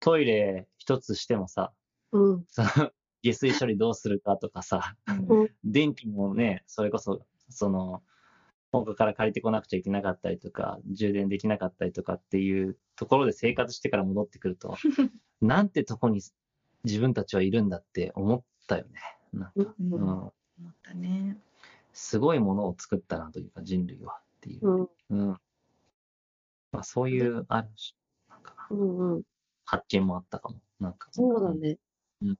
Speaker 2: トイレ一つしてもさ、
Speaker 4: うん。
Speaker 2: その、 下水処理どうするかとかさ、
Speaker 3: うん
Speaker 2: 電気もね、それこそ、その、他から借りてこなくちゃいけなかったりとか、充電できなかったりとかっていうところで生活してから戻ってくると、なんてとこに自分たちはいるんだって思ったよね。なんか、
Speaker 4: う
Speaker 2: う
Speaker 3: 思
Speaker 2: ん、
Speaker 3: ったね。
Speaker 2: すごいものを作ったなというか、人類はっていう。
Speaker 4: うん。
Speaker 2: うん。まあ、そういう、ある種、なんか、
Speaker 4: うんうん。
Speaker 2: 発見もあったかも。なんか。
Speaker 4: そうだ。ね。
Speaker 3: うん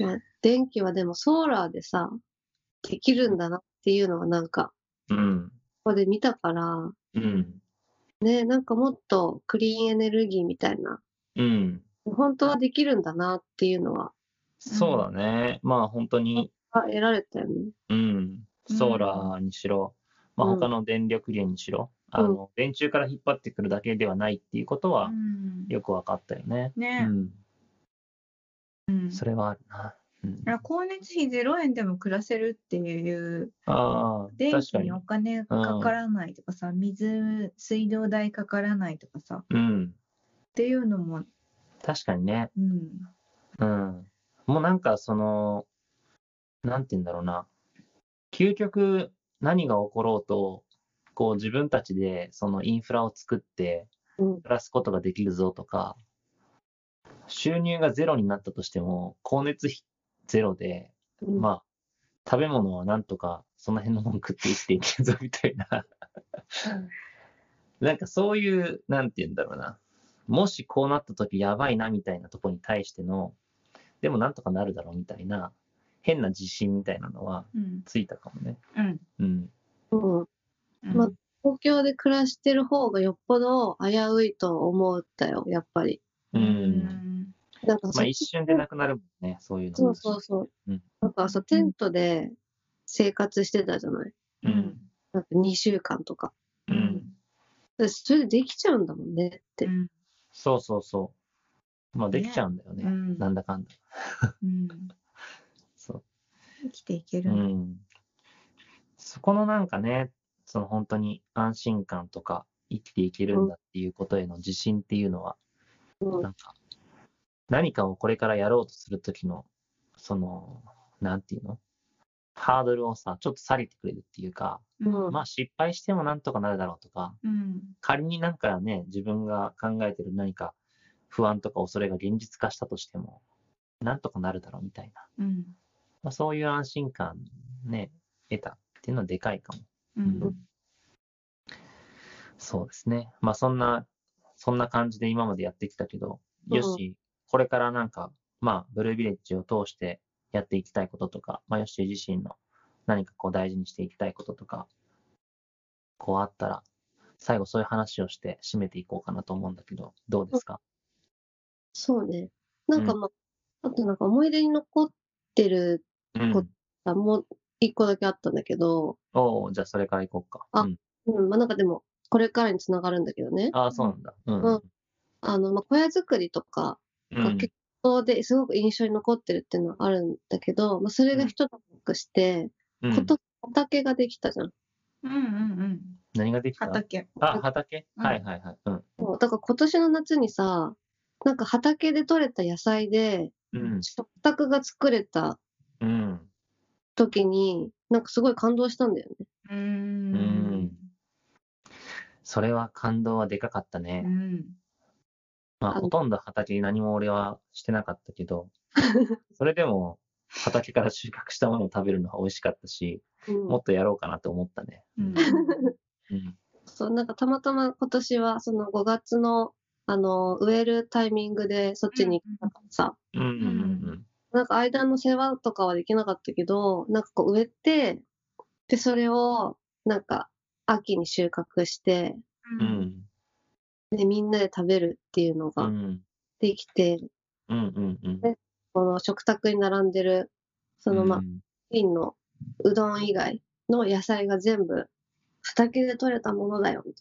Speaker 4: まあ、電気はでもソーラーでさ、できるんだなっていうのはなんか、
Speaker 2: うん。
Speaker 4: ここで見たから、
Speaker 2: うん。
Speaker 4: ね、なんかもっとクリーンエネルギーみたいな、
Speaker 2: うん。
Speaker 4: 本当はできるんだなっていうのは、
Speaker 2: そうだね。まあ本当に、
Speaker 4: あ得られたよね。
Speaker 2: うん。ソーラーにしろ、まあ
Speaker 4: うん
Speaker 2: 他の電力源にしろ、あの、電柱から引っ張ってくるだけではないっていうことは
Speaker 3: うん
Speaker 2: よくわかったよね。う
Speaker 3: ね
Speaker 2: ん。
Speaker 3: うん
Speaker 2: それはあるな。うん、
Speaker 3: あ光熱費0円でも暮らせるっていう
Speaker 2: ああ、
Speaker 3: 電
Speaker 2: 確
Speaker 3: 気
Speaker 2: か
Speaker 3: に
Speaker 2: に
Speaker 3: お。金かからないとかさ、水水道代かからないとかさっ
Speaker 2: うん。
Speaker 3: ていうのも、
Speaker 2: 確かにね。
Speaker 3: うん、
Speaker 2: うん。もうなんかその、なんて言うんだろうな。究極何が起ころうと、こう自分たちでそのインフラを作って
Speaker 4: うん
Speaker 2: 暮らすことができるぞとか、収入がゼロになったとしても、光熱費ゼロで、
Speaker 4: うん
Speaker 2: まあ、食べ物はなんとかその辺のもん食って生きていけるぞみたいな。なんかそういう、なんて言うんだろうな。もしこうなった時やばいなみたいなとこに対しての、でもなんとかなるだろうみたいな、変な自信みたいなのは
Speaker 3: うん、
Speaker 2: ついたかもね。
Speaker 3: うん、
Speaker 2: うん。
Speaker 4: う
Speaker 3: う
Speaker 4: ん、
Speaker 3: ん、
Speaker 4: ま東京で暮らしてる方がよっぽど危ういと思ったよ、やっぱり。
Speaker 2: う。
Speaker 3: うんん、
Speaker 4: なんかそ
Speaker 2: まあ一瞬でなくなるもんね、そういうの。
Speaker 4: そうそうそう。
Speaker 2: うん
Speaker 4: なんかさ、テントで生活してたじゃない
Speaker 2: うん。
Speaker 4: なんか2週間とか。
Speaker 2: う
Speaker 3: うんん。
Speaker 4: でそれでできちゃうんだもんねって。
Speaker 2: そうそうそう。まあできちゃうんだよね。
Speaker 3: ねうん
Speaker 2: なんだかんだ。
Speaker 3: うん、
Speaker 2: そ
Speaker 3: 生きていけ
Speaker 2: う。う
Speaker 3: る、
Speaker 2: ん。そこのなんかね、その本当に安心感とか、生きていけるんだっていうことへの自信っていうのは、
Speaker 4: うん
Speaker 2: なんか、何かをこれからやろうとするときの、その、なんていうのハードルをさ、ちょっと下げてくれるっていうか、
Speaker 4: うん
Speaker 2: まあ失敗してもなんとかなるだろうとか、
Speaker 3: うん。
Speaker 2: 仮になんかね、自分が考えてる何か不安とか恐れが現実化したとしても、なんとかなるだろうみたいな。
Speaker 3: うん。
Speaker 2: まあ、そういう安心感ね、得たっていうのはでかいかも。
Speaker 3: うん。
Speaker 2: そうですね。まあそんな、そんな感じで今までやってきたけど、
Speaker 4: うん
Speaker 2: よし、これからなんか、まあ、ブルービレッジを通してやっていきたいこととか、まあ、よし自身の何かこう大事にしていきたいこととか、こうあったら、最後そういう話をして締めていこうかなと思うんだけど、どうですか
Speaker 4: そうね。なんか
Speaker 2: う
Speaker 4: まあ、あとなんか思い出に残ってる
Speaker 2: う
Speaker 4: こ
Speaker 2: ん。
Speaker 4: のがもう一個だけあったんだけど、
Speaker 2: おうじゃあそれからいこうか。
Speaker 4: あ
Speaker 2: うん、
Speaker 4: うん、まあなんかでも、これからにつながるんだけどね。
Speaker 2: ああ、そうなんだ。うん。
Speaker 4: うんあの、まあ、小屋作りとか
Speaker 2: う
Speaker 4: が
Speaker 2: ん。
Speaker 4: 結構ですごく印象に残ってるっていうのはあるんだけど、まあそれが一段落して、
Speaker 2: うん
Speaker 4: こと、畑ができたじゃん。
Speaker 3: うんうんうん。
Speaker 2: 何ができた
Speaker 3: 畑。
Speaker 2: あ、畑、
Speaker 3: うん
Speaker 2: はいはいはい。うん。
Speaker 4: そうだから今年の夏にさ、なんか畑で採れた野菜で
Speaker 2: うん。
Speaker 4: 食卓が作れた
Speaker 2: うん。
Speaker 4: 時に、なんかすごい感動したんだよね。
Speaker 3: う
Speaker 2: うんん。それは感動はでかかったね。
Speaker 3: うん。
Speaker 2: まあ、
Speaker 4: あの
Speaker 2: ほとんど畑に何も俺はしてなかったけど、それでも畑から収穫したものを食べるのは美味しかったし、
Speaker 4: うん
Speaker 2: もっとやろうかなと思ったね。
Speaker 3: うん。
Speaker 2: うん。
Speaker 4: そう、なんかたまたま今年はその5月の、あの、植えるタイミングでそっちに行ったからさ、
Speaker 2: うんうんうん
Speaker 4: なんか間の世話とかはできなかったけど、なんかこう植えて、で、それをなんか秋に収穫して、
Speaker 2: うん。うん。
Speaker 4: で、みんなで食べるっていうの
Speaker 2: う
Speaker 4: が
Speaker 2: ん。
Speaker 4: できて、
Speaker 2: うんうんうん。
Speaker 4: この食卓に並んでる、そのまあ
Speaker 2: う、ん
Speaker 4: ピンのうどん以外の野菜が全部畑で採れたものだよ、み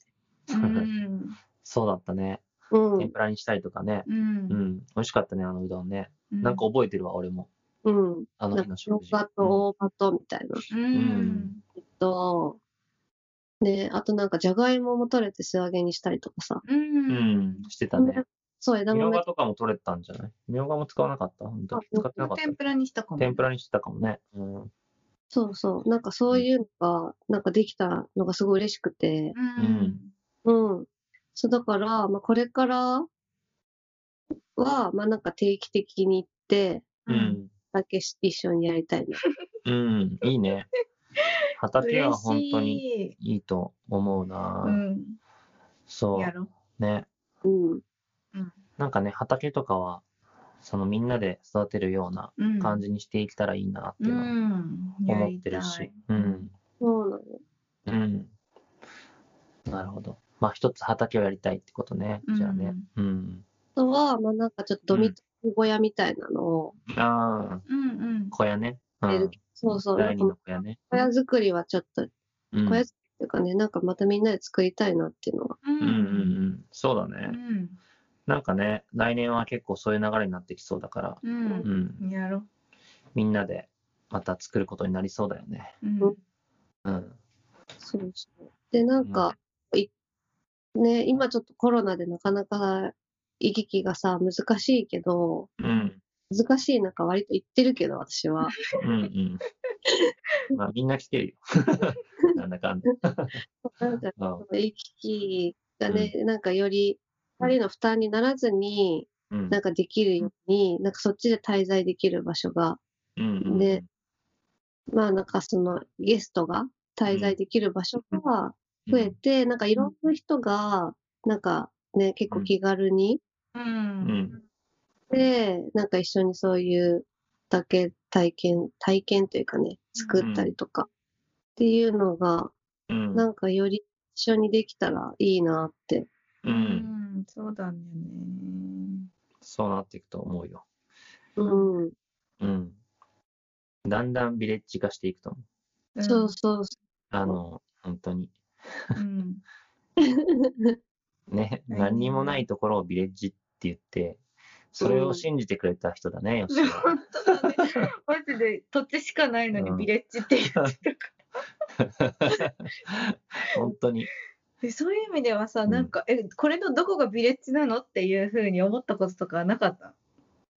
Speaker 4: た
Speaker 3: うん。
Speaker 2: そうだったね。
Speaker 4: いな。
Speaker 2: 天ぷらにしたりとかね。う
Speaker 3: う。
Speaker 2: んん。美味しかったね、あのうどんね。なんか覚えてるわ、俺も。
Speaker 4: うん。うん。
Speaker 2: あの
Speaker 4: なん
Speaker 2: 日
Speaker 4: か
Speaker 2: の、食事。
Speaker 4: 葉と大葉と、みたいな。
Speaker 3: うん。
Speaker 4: と、ね、あとなんかじゃがいもも取れて素揚げにしたりとかさ、
Speaker 3: う
Speaker 2: うんん。。してたね。
Speaker 4: そう、枝
Speaker 2: みょう
Speaker 4: 豆
Speaker 2: がとかも取れてたんじゃないみょうがも使わなかった本当
Speaker 4: あ
Speaker 2: 使ってなかった
Speaker 3: 天。ぷらにしたかも。
Speaker 2: 天ぷらにしてたかもね。うん。
Speaker 4: そうそう、なんかそういうのが、なんかできたのがすごい嬉しくて、
Speaker 3: うん。
Speaker 4: うん。そうだから、まあ、これからは、まあなんか定期的に行って、
Speaker 2: うん。
Speaker 4: だけし一緒にやりたいな。
Speaker 2: うん、いいね。畑は本当に
Speaker 3: に。
Speaker 2: いいと思うな、
Speaker 3: うん。
Speaker 2: そ
Speaker 3: やろ
Speaker 2: う。ね。
Speaker 4: うん。
Speaker 2: なんかね、畑とかは、そのみんなで育てるような
Speaker 3: う。うん。
Speaker 2: 感じにしていけたらいいなって
Speaker 3: う
Speaker 2: いうのは
Speaker 3: ん。
Speaker 2: 思ってるし。うん。
Speaker 4: そうなの。
Speaker 2: うん。なるほど。まあ一つ畑をやりたいってことね。じゃあね。うん。
Speaker 4: あとは、まあなんかちょっとドミトリー小屋みたいなのを、
Speaker 2: ああ、
Speaker 3: うんうん。
Speaker 2: 小屋ね。う
Speaker 4: やる
Speaker 2: ん。
Speaker 4: そうそう、な
Speaker 2: 第
Speaker 4: ん
Speaker 2: 二
Speaker 4: か
Speaker 2: の小屋ね。
Speaker 4: 小屋作りはちょっと、
Speaker 2: うん。
Speaker 4: 小屋作りっていうかね、なんかまたみんなで作りたいなっていうのは。
Speaker 3: う
Speaker 2: うんうんうん。そうだ
Speaker 3: う
Speaker 2: ね。
Speaker 3: ん。
Speaker 2: なんかね、来年は結構そういう流れになってきそうだから、
Speaker 3: う。
Speaker 2: うんん。
Speaker 3: やろ
Speaker 2: みんなでまた作ることになりそうだよね。
Speaker 3: う。うん。
Speaker 2: うん。
Speaker 4: そうそう。で、なんか、いね、今ちょっとコロナでなかなか行き来がさ、難しいけど、
Speaker 2: うん。
Speaker 4: 難しい中割と行ってるけど、私は。
Speaker 2: うんうん。まあみんな来てるよ。 なんだかんだ。
Speaker 4: なんか、
Speaker 2: うん
Speaker 4: 行き来がね、なんかより、二人の負担にならずに、
Speaker 2: うん。
Speaker 4: なんかできるように、なんかそっちで滞在できる場所が、
Speaker 2: うん。
Speaker 4: でまあなんかそのゲストが滞在できる場所が
Speaker 2: うん、
Speaker 4: 増えて、なんかいろんな人が、なんかね、結構気軽に、
Speaker 3: う。
Speaker 2: うんん。
Speaker 4: で、なんか一緒にそういうだけ体験、体験というかね、作ったりとかっていうのが、
Speaker 2: うん。
Speaker 4: なんかより一緒にできたらいいなって。
Speaker 2: う。
Speaker 3: うんん。そうだよね。
Speaker 2: そうなっていくと思うよ。
Speaker 4: うん。
Speaker 2: うん。だんだんビレッジ化していくと思う。
Speaker 4: そうそうそ
Speaker 2: あの、本当に。
Speaker 3: うん。
Speaker 2: ね、
Speaker 3: うん
Speaker 2: 何にもないところをビレッジって言って、それを信じてくれた人だね、よしは。
Speaker 3: マジで土地しかないのにビレッジって言ってたか
Speaker 2: 本当に。
Speaker 3: でそういう意味ではさ
Speaker 2: うん
Speaker 3: なんか、えこれのどこがビレッジなのっていうふうに思ったこととかはなかった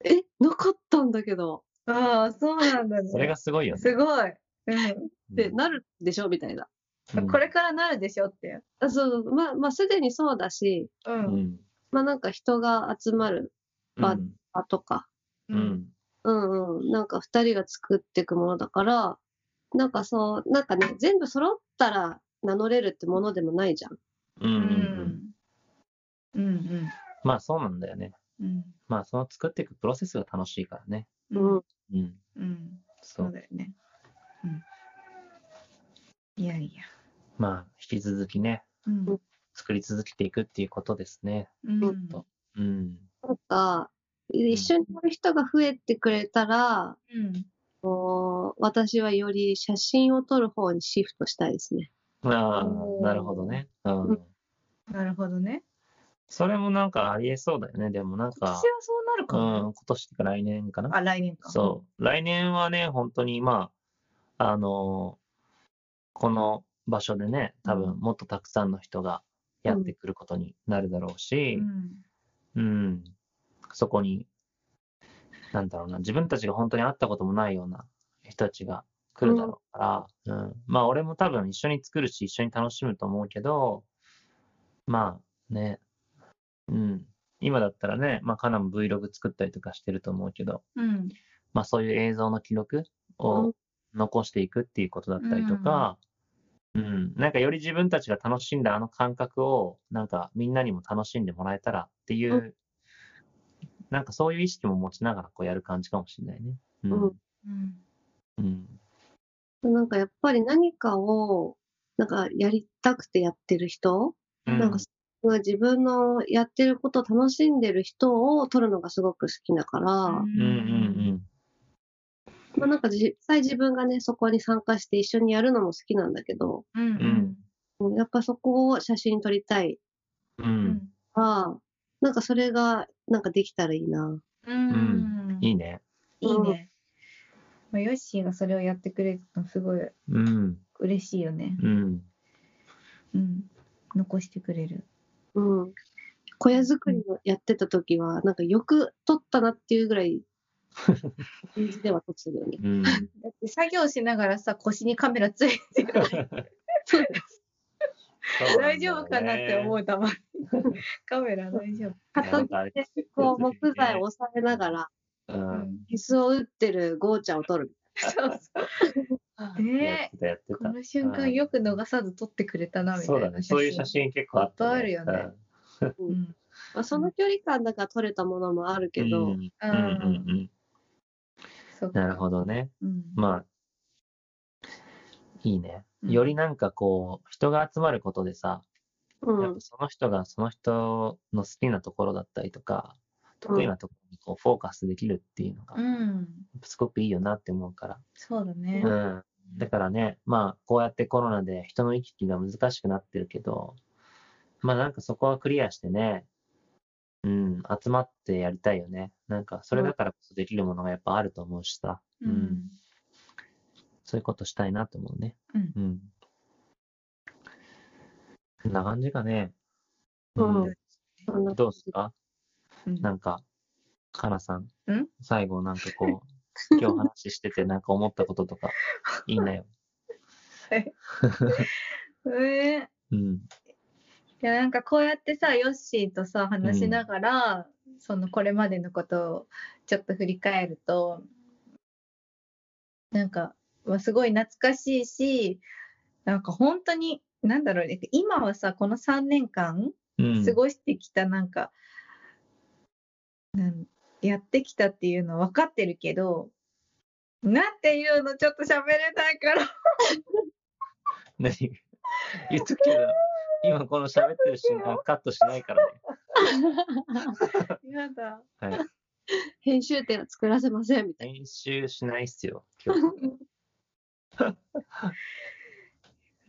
Speaker 4: え、なかったんだけど、
Speaker 3: ああそうなんだね
Speaker 2: それがすごいよね。
Speaker 3: すごい、うん
Speaker 4: ってなるでしょみたい
Speaker 2: う
Speaker 4: な。
Speaker 2: ん
Speaker 3: これからなるでしょって
Speaker 4: あそうそうまあ、まあ、すでにそうだし、
Speaker 3: う
Speaker 2: うんん。
Speaker 4: まあなんか人が集まる
Speaker 2: う
Speaker 4: ば
Speaker 2: ん。
Speaker 4: 場とか、
Speaker 2: う、ん。
Speaker 4: うんうん、なんか二人が作っていくものだから、なんかそう、なんかね、全部揃ったら名乗れるってものでもないじゃん。
Speaker 2: うん。う
Speaker 3: うんん
Speaker 2: うん。
Speaker 3: うん
Speaker 2: まあそうなんだよね。
Speaker 3: うん
Speaker 2: まあその作っていくプロセスが楽しいからね。
Speaker 3: うん
Speaker 2: うん。
Speaker 3: うん
Speaker 2: そ
Speaker 3: そう
Speaker 2: う。
Speaker 3: だよねうんいやいや
Speaker 2: まあ引き続きね、
Speaker 3: うん
Speaker 2: 作り続けていくっていうことですね。
Speaker 3: うん
Speaker 2: とうん。
Speaker 4: なんか、一緒にやる人が増えてくれたら、
Speaker 3: うん
Speaker 4: こう私はより写真を撮る方にシフトしたいですね。
Speaker 2: ああ、
Speaker 3: おー
Speaker 2: なるほどね。う。
Speaker 4: うん
Speaker 3: なるほどね
Speaker 2: それもなんかありえそうだよね。でもなん
Speaker 3: 今年
Speaker 2: か
Speaker 3: は、そうなる
Speaker 2: う
Speaker 3: か
Speaker 2: ん、
Speaker 3: もね
Speaker 2: 今年か来年かな。
Speaker 3: あ来年か
Speaker 2: そう。来年はね、本当に、まあ、あのーこの場所でね、多
Speaker 3: う
Speaker 2: 分
Speaker 3: ん
Speaker 2: もっとたくさんの人がやってくることになるだろうし、
Speaker 3: ん
Speaker 2: うん、そこに、なんだろうな、自分たちが本当に会ったこともないような人たちが来るだろうから、うん。まあ、俺も多分一緒に作るし、一緒に楽しむと思うけど、まあ、ね、うん。今だったらね、まあ、カナも Vlog 作ったりとかしてると思うけど、
Speaker 3: うん
Speaker 2: まあ、そういう映像の記録
Speaker 4: う
Speaker 2: を
Speaker 4: ん
Speaker 2: 残していくっていうことだったりとか、うん、なんかより自分たちが楽しんだあの感覚を、なんかみんなにも楽しんでもらえたらっていう、
Speaker 4: う
Speaker 2: なんかそういう意識も持ちながらこうやる感じかもしれないね。うん。
Speaker 4: うん
Speaker 3: うん
Speaker 2: うん。
Speaker 4: なんかやっぱり何かを、なんかやりたくてやってる人、
Speaker 2: うん
Speaker 4: なんかすごい自分のやってることを楽しんでる人を撮るのがすごく好きだから、
Speaker 2: うんうんうん。
Speaker 4: まあなんか実際自分がね、そこに参加して一緒にやるのも好きなんだけど、
Speaker 3: うんうん
Speaker 4: うんやっぱそこを写真撮りたい
Speaker 2: うん。
Speaker 3: うん
Speaker 4: から、なんかそれがなんかできたらいいな。
Speaker 3: うん
Speaker 2: いいね。
Speaker 3: いいね。まあ、ヨッシーがそれをやってくれるのすごい
Speaker 2: うん。
Speaker 3: 嬉しいよね。
Speaker 2: うん。
Speaker 3: うん。残してくれる。
Speaker 4: うん。小屋作りをやってた時は、なんかよく撮ったなっていうぐ らい、感じでは撮ってるよね。
Speaker 2: うん。
Speaker 3: だって作業しながらさ、腰にカメラついてる。大丈夫かなって思
Speaker 2: う
Speaker 3: うた まに。カメラ大丈夫。
Speaker 4: 片手でこう木材を押さえながら、
Speaker 2: だよね。うん。
Speaker 4: 椅子を打ってるゴーちゃんを撮る。
Speaker 3: そうそう。
Speaker 2: やっ
Speaker 3: ね
Speaker 2: てた、やって
Speaker 3: え。
Speaker 2: た
Speaker 3: こ。の瞬間よく逃さず撮ってくれたなみたい
Speaker 2: そ
Speaker 3: な。
Speaker 2: うだね。そういう写。真結構あった、
Speaker 3: いっぱいあるよねうん。
Speaker 4: まあ、その距離感だから撮れたものもあるけど、
Speaker 2: うんう
Speaker 3: う
Speaker 2: んう
Speaker 3: ん
Speaker 2: んうん。
Speaker 3: そう
Speaker 2: なるほどね。
Speaker 3: うん。
Speaker 2: まあ、いいね。
Speaker 3: うん
Speaker 2: よりなんかこう、人が集まることでさ、
Speaker 4: うん
Speaker 2: やっぱその人がその人の好きなところだったりとか、得意なところにこうフォーカスできるっていうのが
Speaker 3: う、ん。
Speaker 2: すごくいいよなって思うから。
Speaker 3: そうだね。
Speaker 2: うん。だからね、まあ、こうやってコロナで人の行き来が難しくなってるけど、まあなんかそこはクリアしてね、うん、集まってやりたいよね。なんか、それだからこそできるものがやっぱあると思うしさ、う
Speaker 3: う
Speaker 2: ん
Speaker 3: ん。
Speaker 2: そういうことしたいなと思うね。
Speaker 3: うん
Speaker 2: うん。こんな感じかね。
Speaker 4: うんそんな
Speaker 2: どうですか
Speaker 3: うん
Speaker 2: なんか、かなさん
Speaker 3: ん。
Speaker 2: 最後なんかこ う、今日話しててなんか思ったこととか、いいなよ。
Speaker 3: ええ。
Speaker 2: うん。
Speaker 3: いやなんかこうやってさヨッシーとさ話しながら、そのこれまでのことをちょっと振り返るとなんか、まあ、すごい懐かしいしなんか本当になんだろうね今はさこの3年間
Speaker 2: うん。
Speaker 3: 過ごしてきたなんか、なんやってきたっていうの分かってるけどなんていうのちょっと喋れないから
Speaker 2: 何言っとくけど、今この喋ってる瞬間カットしないからね。
Speaker 3: やだ。
Speaker 2: はい。
Speaker 4: 編集点は作らせませんみたい
Speaker 2: 練習しないっすよ、今日。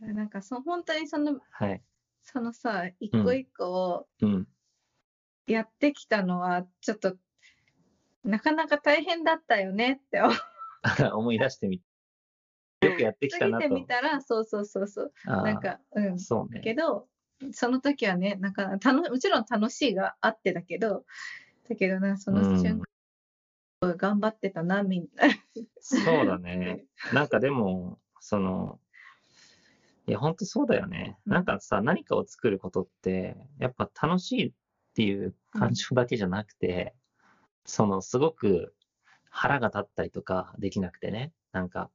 Speaker 3: なんかそ本当にその
Speaker 2: はい。
Speaker 3: そのさ一個一個を
Speaker 2: うん。
Speaker 3: やってきたのはちょっと、なかなか大変だったよねって思う
Speaker 2: 思い出してみて。よくやってき
Speaker 3: 過
Speaker 2: た
Speaker 3: ぎ
Speaker 2: な
Speaker 3: てみ
Speaker 2: と。
Speaker 3: たらそうそうそうそう
Speaker 2: あ
Speaker 3: なん
Speaker 2: ー
Speaker 3: かうん
Speaker 2: そうね。
Speaker 3: けどその時はねなんか楽もちろん楽しいがあってだけどだけどなその瞬間、頑張ってたなみん な。
Speaker 2: そうだね。なんかでも、その、いや、ほんとそうだよね。
Speaker 3: うん
Speaker 2: なんかさ、何かを作ることって、やっぱ楽しいっていう感情だけじゃなくて、その、すごく腹が立ったりとかできなくてね、なんか、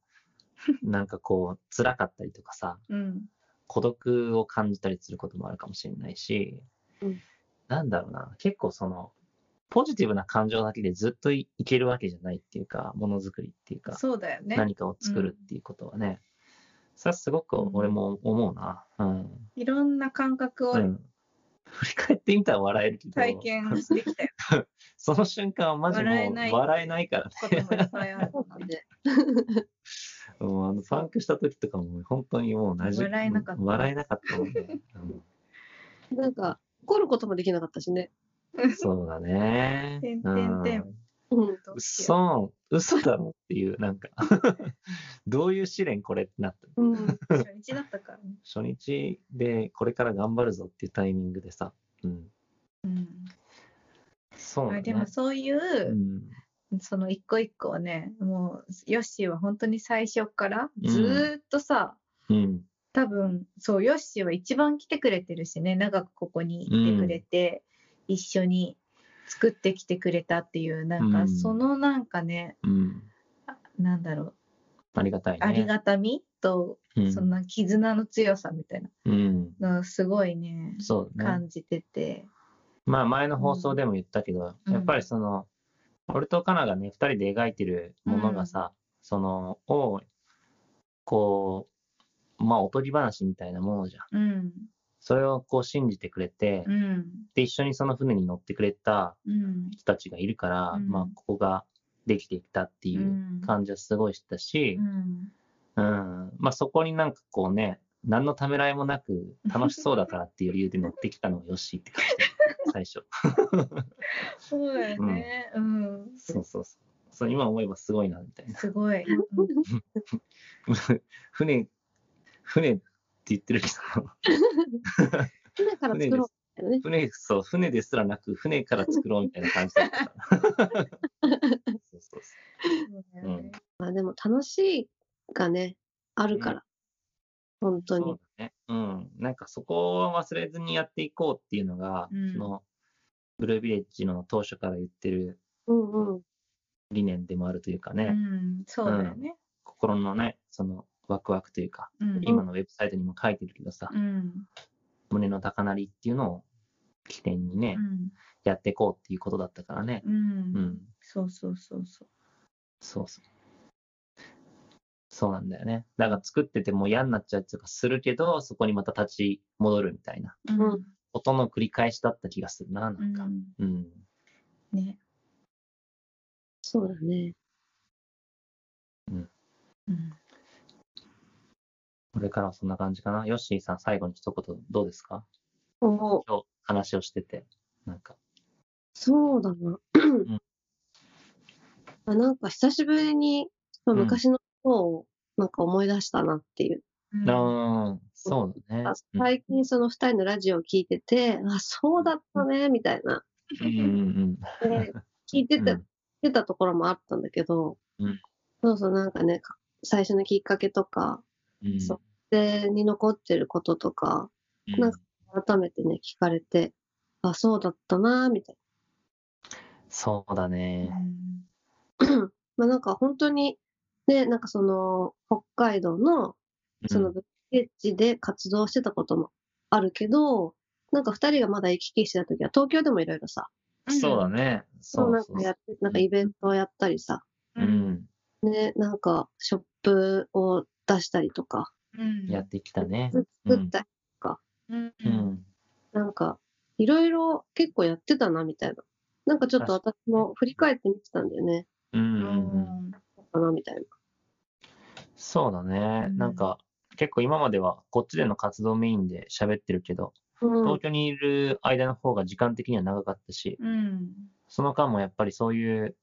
Speaker 2: なんかこう、辛かったりとかさ、
Speaker 3: うん
Speaker 2: 孤独を感じたりすることもあるかもしれないし、
Speaker 4: うん
Speaker 2: なんだろうな、結構その、ポジティブな感情だけでずっといいけるわけじゃないっていうか、ものづくりっていうか、
Speaker 3: そうだよね。
Speaker 2: 何かを作るっていうことはね、それはすごく俺も思うな。うん。
Speaker 3: いろんな感覚
Speaker 2: う
Speaker 3: を
Speaker 2: ん振り返ってみたら笑えるけど、
Speaker 3: 体験してきたよ
Speaker 2: その瞬間はマジもう
Speaker 3: 笑えない
Speaker 2: 笑えないからね。
Speaker 3: こともいっぱいある
Speaker 4: そうだね。
Speaker 2: もうあのパンクした時とかも本当にもうなじ
Speaker 3: 笑えなかった
Speaker 2: 笑えなかったもんね。
Speaker 4: なんか、怒ることもできなかったしね。
Speaker 2: うんそうだね。
Speaker 3: てんてんてん
Speaker 2: うん
Speaker 4: うん。
Speaker 3: と。
Speaker 2: 嘘、嘘だろっていう、なんか、 どういう試練これってなった。
Speaker 4: うん。
Speaker 3: 初日だったからね。
Speaker 2: 初日でこれから頑張るぞっていうタイミングでさ。うん。そうだ
Speaker 3: あ
Speaker 2: ね。
Speaker 3: でもそういうう、
Speaker 2: ん、
Speaker 3: その一個一個をねもうヨッシーは本当に最初からずーっとさ、
Speaker 2: うん、
Speaker 3: 多分そうヨッシーは一番来てくれてるしね長くここにいてくれて、一緒に作ってきてくれたっていうなん
Speaker 2: う
Speaker 3: か、
Speaker 2: ん
Speaker 3: そのなんかね
Speaker 2: うん。
Speaker 3: なんだろう
Speaker 2: ありがたいね。
Speaker 3: ありがたみと、
Speaker 2: うん、
Speaker 3: そんな絆の強さみたい
Speaker 2: うん。
Speaker 3: なのすごいね
Speaker 2: そうだね。
Speaker 3: 感じてて、
Speaker 2: まあ前の放送でも言ったけど、
Speaker 3: うん
Speaker 2: やっぱりその、俺とカナがね、二人で描いてるものがさ、その、を、こう、まあおとぎ話みたいなものじゃん。
Speaker 3: うん
Speaker 2: それをこう信じてくれて、
Speaker 3: うん
Speaker 2: で、一緒にその船に乗ってくれた
Speaker 3: うん
Speaker 2: 人たちがいるから、
Speaker 3: うん
Speaker 2: まあここができてきたっていう
Speaker 3: うん
Speaker 2: 感じはすごいしたし、
Speaker 3: うん
Speaker 2: うんまあそこになんかこうね、何のためらいもなく楽しそうだからっていう理由で乗ってきたのがよしって感 じだった最初。
Speaker 3: そうだよね、うん、
Speaker 2: そうそうそう。そう今思えばすごいなみたいな。
Speaker 3: すごい、うん
Speaker 2: 船、船って言ってるけど、
Speaker 4: 船から作ろうみ たいなね。
Speaker 2: 船、そう、船ですらなく船から作ろうみたいな感じだ ったから。そうそう
Speaker 3: そうだよね
Speaker 4: まあでも楽しいがね、あるから。本当
Speaker 2: そう。そ
Speaker 4: に
Speaker 2: う。だね。うん。なんかそこを忘れずにやっていこうっていうのが、
Speaker 3: うん
Speaker 2: その、ブルービレッジの当初から言ってる
Speaker 4: うんうん。
Speaker 2: 理念でもあるというかね、
Speaker 3: うん、そうだよね。
Speaker 2: 心のね、そのワクワクというか、
Speaker 3: うん、
Speaker 2: 今のウェブサイトにも書いてるけどさ、
Speaker 3: うん、
Speaker 2: 胸の高鳴りっていうのを起点にね、
Speaker 3: うん、
Speaker 2: やっていこうっていうことだったからね。
Speaker 3: う
Speaker 2: うんん、
Speaker 3: そうそうそうそう。
Speaker 2: そうそう。そうなんだよね。だから作ってても嫌になっちゃうっていうかするけど、そこにまた立ち戻るみたいな、
Speaker 3: うん
Speaker 4: うん
Speaker 2: 音の繰り返しだった気がするな、なんか。うん。
Speaker 3: ね、
Speaker 4: そうだね。
Speaker 3: うん、
Speaker 2: これからはそんな感じかな。ヨッシーさん、最後に一言どうですか
Speaker 4: おお、
Speaker 2: 今日話をしてて、なんか。
Speaker 4: そうだな。 あなんか久しぶりに、まあ
Speaker 2: うん
Speaker 4: 昔のことをなんか思い出したなっていう。
Speaker 3: うん
Speaker 2: うん、そうだね
Speaker 4: あ。最近その二人のラジオを聞いてて、あ、そうだったね、みたいな。
Speaker 2: うんうんうん
Speaker 4: で聞いて
Speaker 2: うん。う
Speaker 4: た、
Speaker 2: ん
Speaker 4: 出たところもあったんだけど、
Speaker 2: うん
Speaker 4: そうそう、なんかね、か最初のきっかけとか、
Speaker 2: うん
Speaker 4: そで、に残ってることとか、
Speaker 2: うん
Speaker 4: なんか改めてね、聞かれて、あ、そうだったな、みたい
Speaker 2: そうだ
Speaker 3: う
Speaker 2: ね。
Speaker 3: ん
Speaker 4: な。まあなんか本当に、ね、なんかその、北海道の、その、ブッケッジで活動してたこともあるけど、なんか二人がまだ行き来してた時は、東京でもいろいろさ、
Speaker 2: うんそうだね。
Speaker 4: そう
Speaker 2: そ
Speaker 4: な
Speaker 2: うんそう
Speaker 4: か
Speaker 2: そ
Speaker 4: や
Speaker 2: う。
Speaker 4: って、なんかイベントをやったりさ、
Speaker 2: う。ん。
Speaker 4: ね、なんかショップを出したりとか、
Speaker 3: うん、
Speaker 2: やってきたね。
Speaker 4: 作
Speaker 2: うん
Speaker 4: ったり、
Speaker 3: うん、
Speaker 2: う
Speaker 3: うん、
Speaker 2: ん。
Speaker 4: なんか、いろいろ結構やってたな、みたいな。なんかちょっと私も振り返ってみてたんだよね。
Speaker 2: うんう
Speaker 3: う
Speaker 2: んうん。
Speaker 3: ん、
Speaker 4: かな、みたいな。
Speaker 2: そうだね。
Speaker 3: うん
Speaker 2: なんか、結構今まではこっちでの活動メインで喋ってるけど、
Speaker 4: うん
Speaker 2: 東。京にいる間の方が時間的には長かったし、
Speaker 3: うん、
Speaker 2: その間もやっぱりそういう、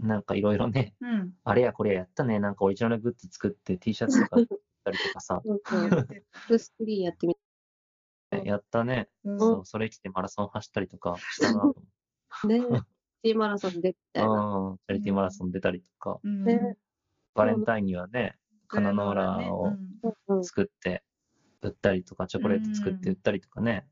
Speaker 2: なんかいろいろね、
Speaker 3: うん。
Speaker 2: あれやこれややったね、なんかオリジナルグッズ作って T シャツとか売ったりとかさ、
Speaker 4: うん
Speaker 3: 言ってた
Speaker 4: フスクリーンやってみ うん
Speaker 2: やったね。
Speaker 3: うん
Speaker 2: そう、それ着てマラソン走ったりとかしたなと思って。
Speaker 4: た ね。チームマラソンでみたいな。
Speaker 2: うん、チャリティーマラソン出たりとか、
Speaker 3: うん
Speaker 4: ね
Speaker 2: バレンタインにはね、カナノーラを
Speaker 3: うん
Speaker 4: うん
Speaker 2: 作って売ったりとか、チョコレート作って売ったりとかね、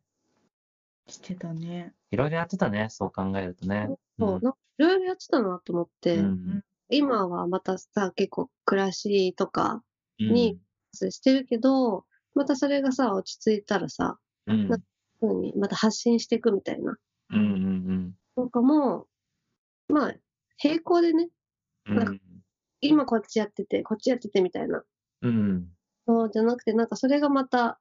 Speaker 3: してたね。
Speaker 2: いろいろやってたね、そう考えるとね。う
Speaker 4: そう、な
Speaker 2: ん
Speaker 4: んかいろいろやってたなと思って、
Speaker 2: うん
Speaker 4: 今はまたさ、結構暮らしとか
Speaker 2: うん
Speaker 4: にしてるけど、またそれがさ、落ち着いたらさ、
Speaker 2: うん
Speaker 4: なんそういうふうにまた発信していくみたいな。
Speaker 2: うんうん
Speaker 4: とかも、まあ、並行でね、
Speaker 2: うん
Speaker 4: なんか今こっちやってて、こっちやっててみたいな。
Speaker 2: うん
Speaker 4: そうじゃなくて、なんかそれがまた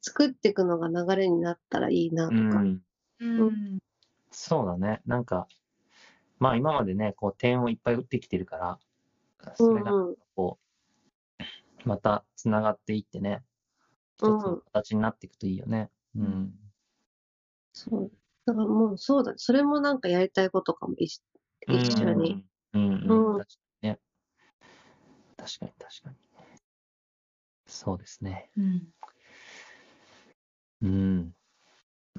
Speaker 4: 作っていくのが流れになったらいいなと
Speaker 2: う
Speaker 4: か。
Speaker 2: ん
Speaker 3: うん。
Speaker 2: そうだね。なんか、まあ今までね、こう点をいっぱい打ってきてるから、
Speaker 4: う
Speaker 2: そ
Speaker 4: ん
Speaker 2: れが
Speaker 4: うん。
Speaker 2: こう、またつながっていってね、一つの形になっていくといいよね。うん。
Speaker 4: そう。だからもうそうだ。それもなんかやりたいことかも一
Speaker 2: うん
Speaker 4: 一緒に。。
Speaker 2: うんうん、
Speaker 4: うん
Speaker 2: 確かにね。確かに確かに。そうですね。
Speaker 3: うん。
Speaker 2: うん。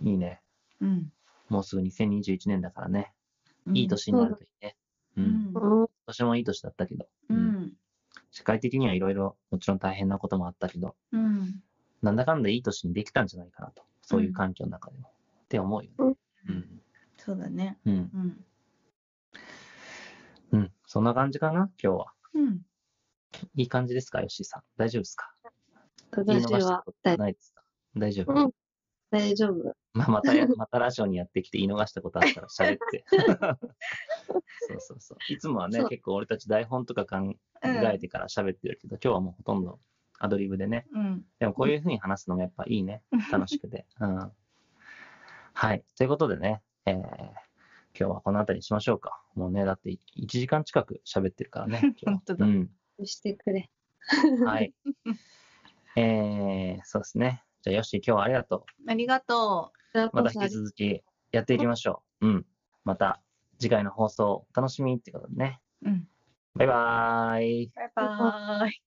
Speaker 2: いいね。
Speaker 3: うん。
Speaker 2: もうすぐ2021年だからね。いい年になるといいね。う。
Speaker 3: うん
Speaker 2: 今
Speaker 3: ん。
Speaker 4: うん。
Speaker 2: 年もいい年だったけど、
Speaker 3: うん。
Speaker 2: 社会的にはいろいろもちろん大変なこともあったけど、
Speaker 3: うん。
Speaker 2: なんだかんだいい年にできたんじゃないかなと。そういう環境の中でも。って思うよね。うん。
Speaker 3: そうだね。
Speaker 2: うん。
Speaker 3: うん。
Speaker 2: うん。そんな感じかな今日は。
Speaker 3: うん。
Speaker 2: いい感じですか吉井さん。大丈夫ですか言い逃
Speaker 4: 私
Speaker 2: した
Speaker 4: は
Speaker 2: こ
Speaker 4: 大
Speaker 2: とないですか大丈夫
Speaker 4: うん大丈夫。
Speaker 2: まあ、またや、またラジオにやってきて言い逃したことあったら喋 って。そうそうそう。いつもはね
Speaker 4: そ、う
Speaker 2: 結構俺たち台本とか考えてから喋ってるけど、今日はもうほとんどアドリブでね。
Speaker 3: うん。
Speaker 2: でもこういうふうに話すのがやっぱいいね。楽しくて。うん。はい。ということでね、えー今日はこの辺りにしましょうか。もうね、だって1時間近く喋ってるから ね。今日は
Speaker 3: 本当だ
Speaker 2: うん。
Speaker 4: してくれ。
Speaker 2: はい。えー、そうですね。じゃあ、よし、今日はありがとう。
Speaker 3: ありがと
Speaker 2: また引き続きやっていきましょう。うん。また次回の放送お楽しみってことでね。
Speaker 3: う。うん。
Speaker 2: バイバーイ。
Speaker 3: バイバーイ。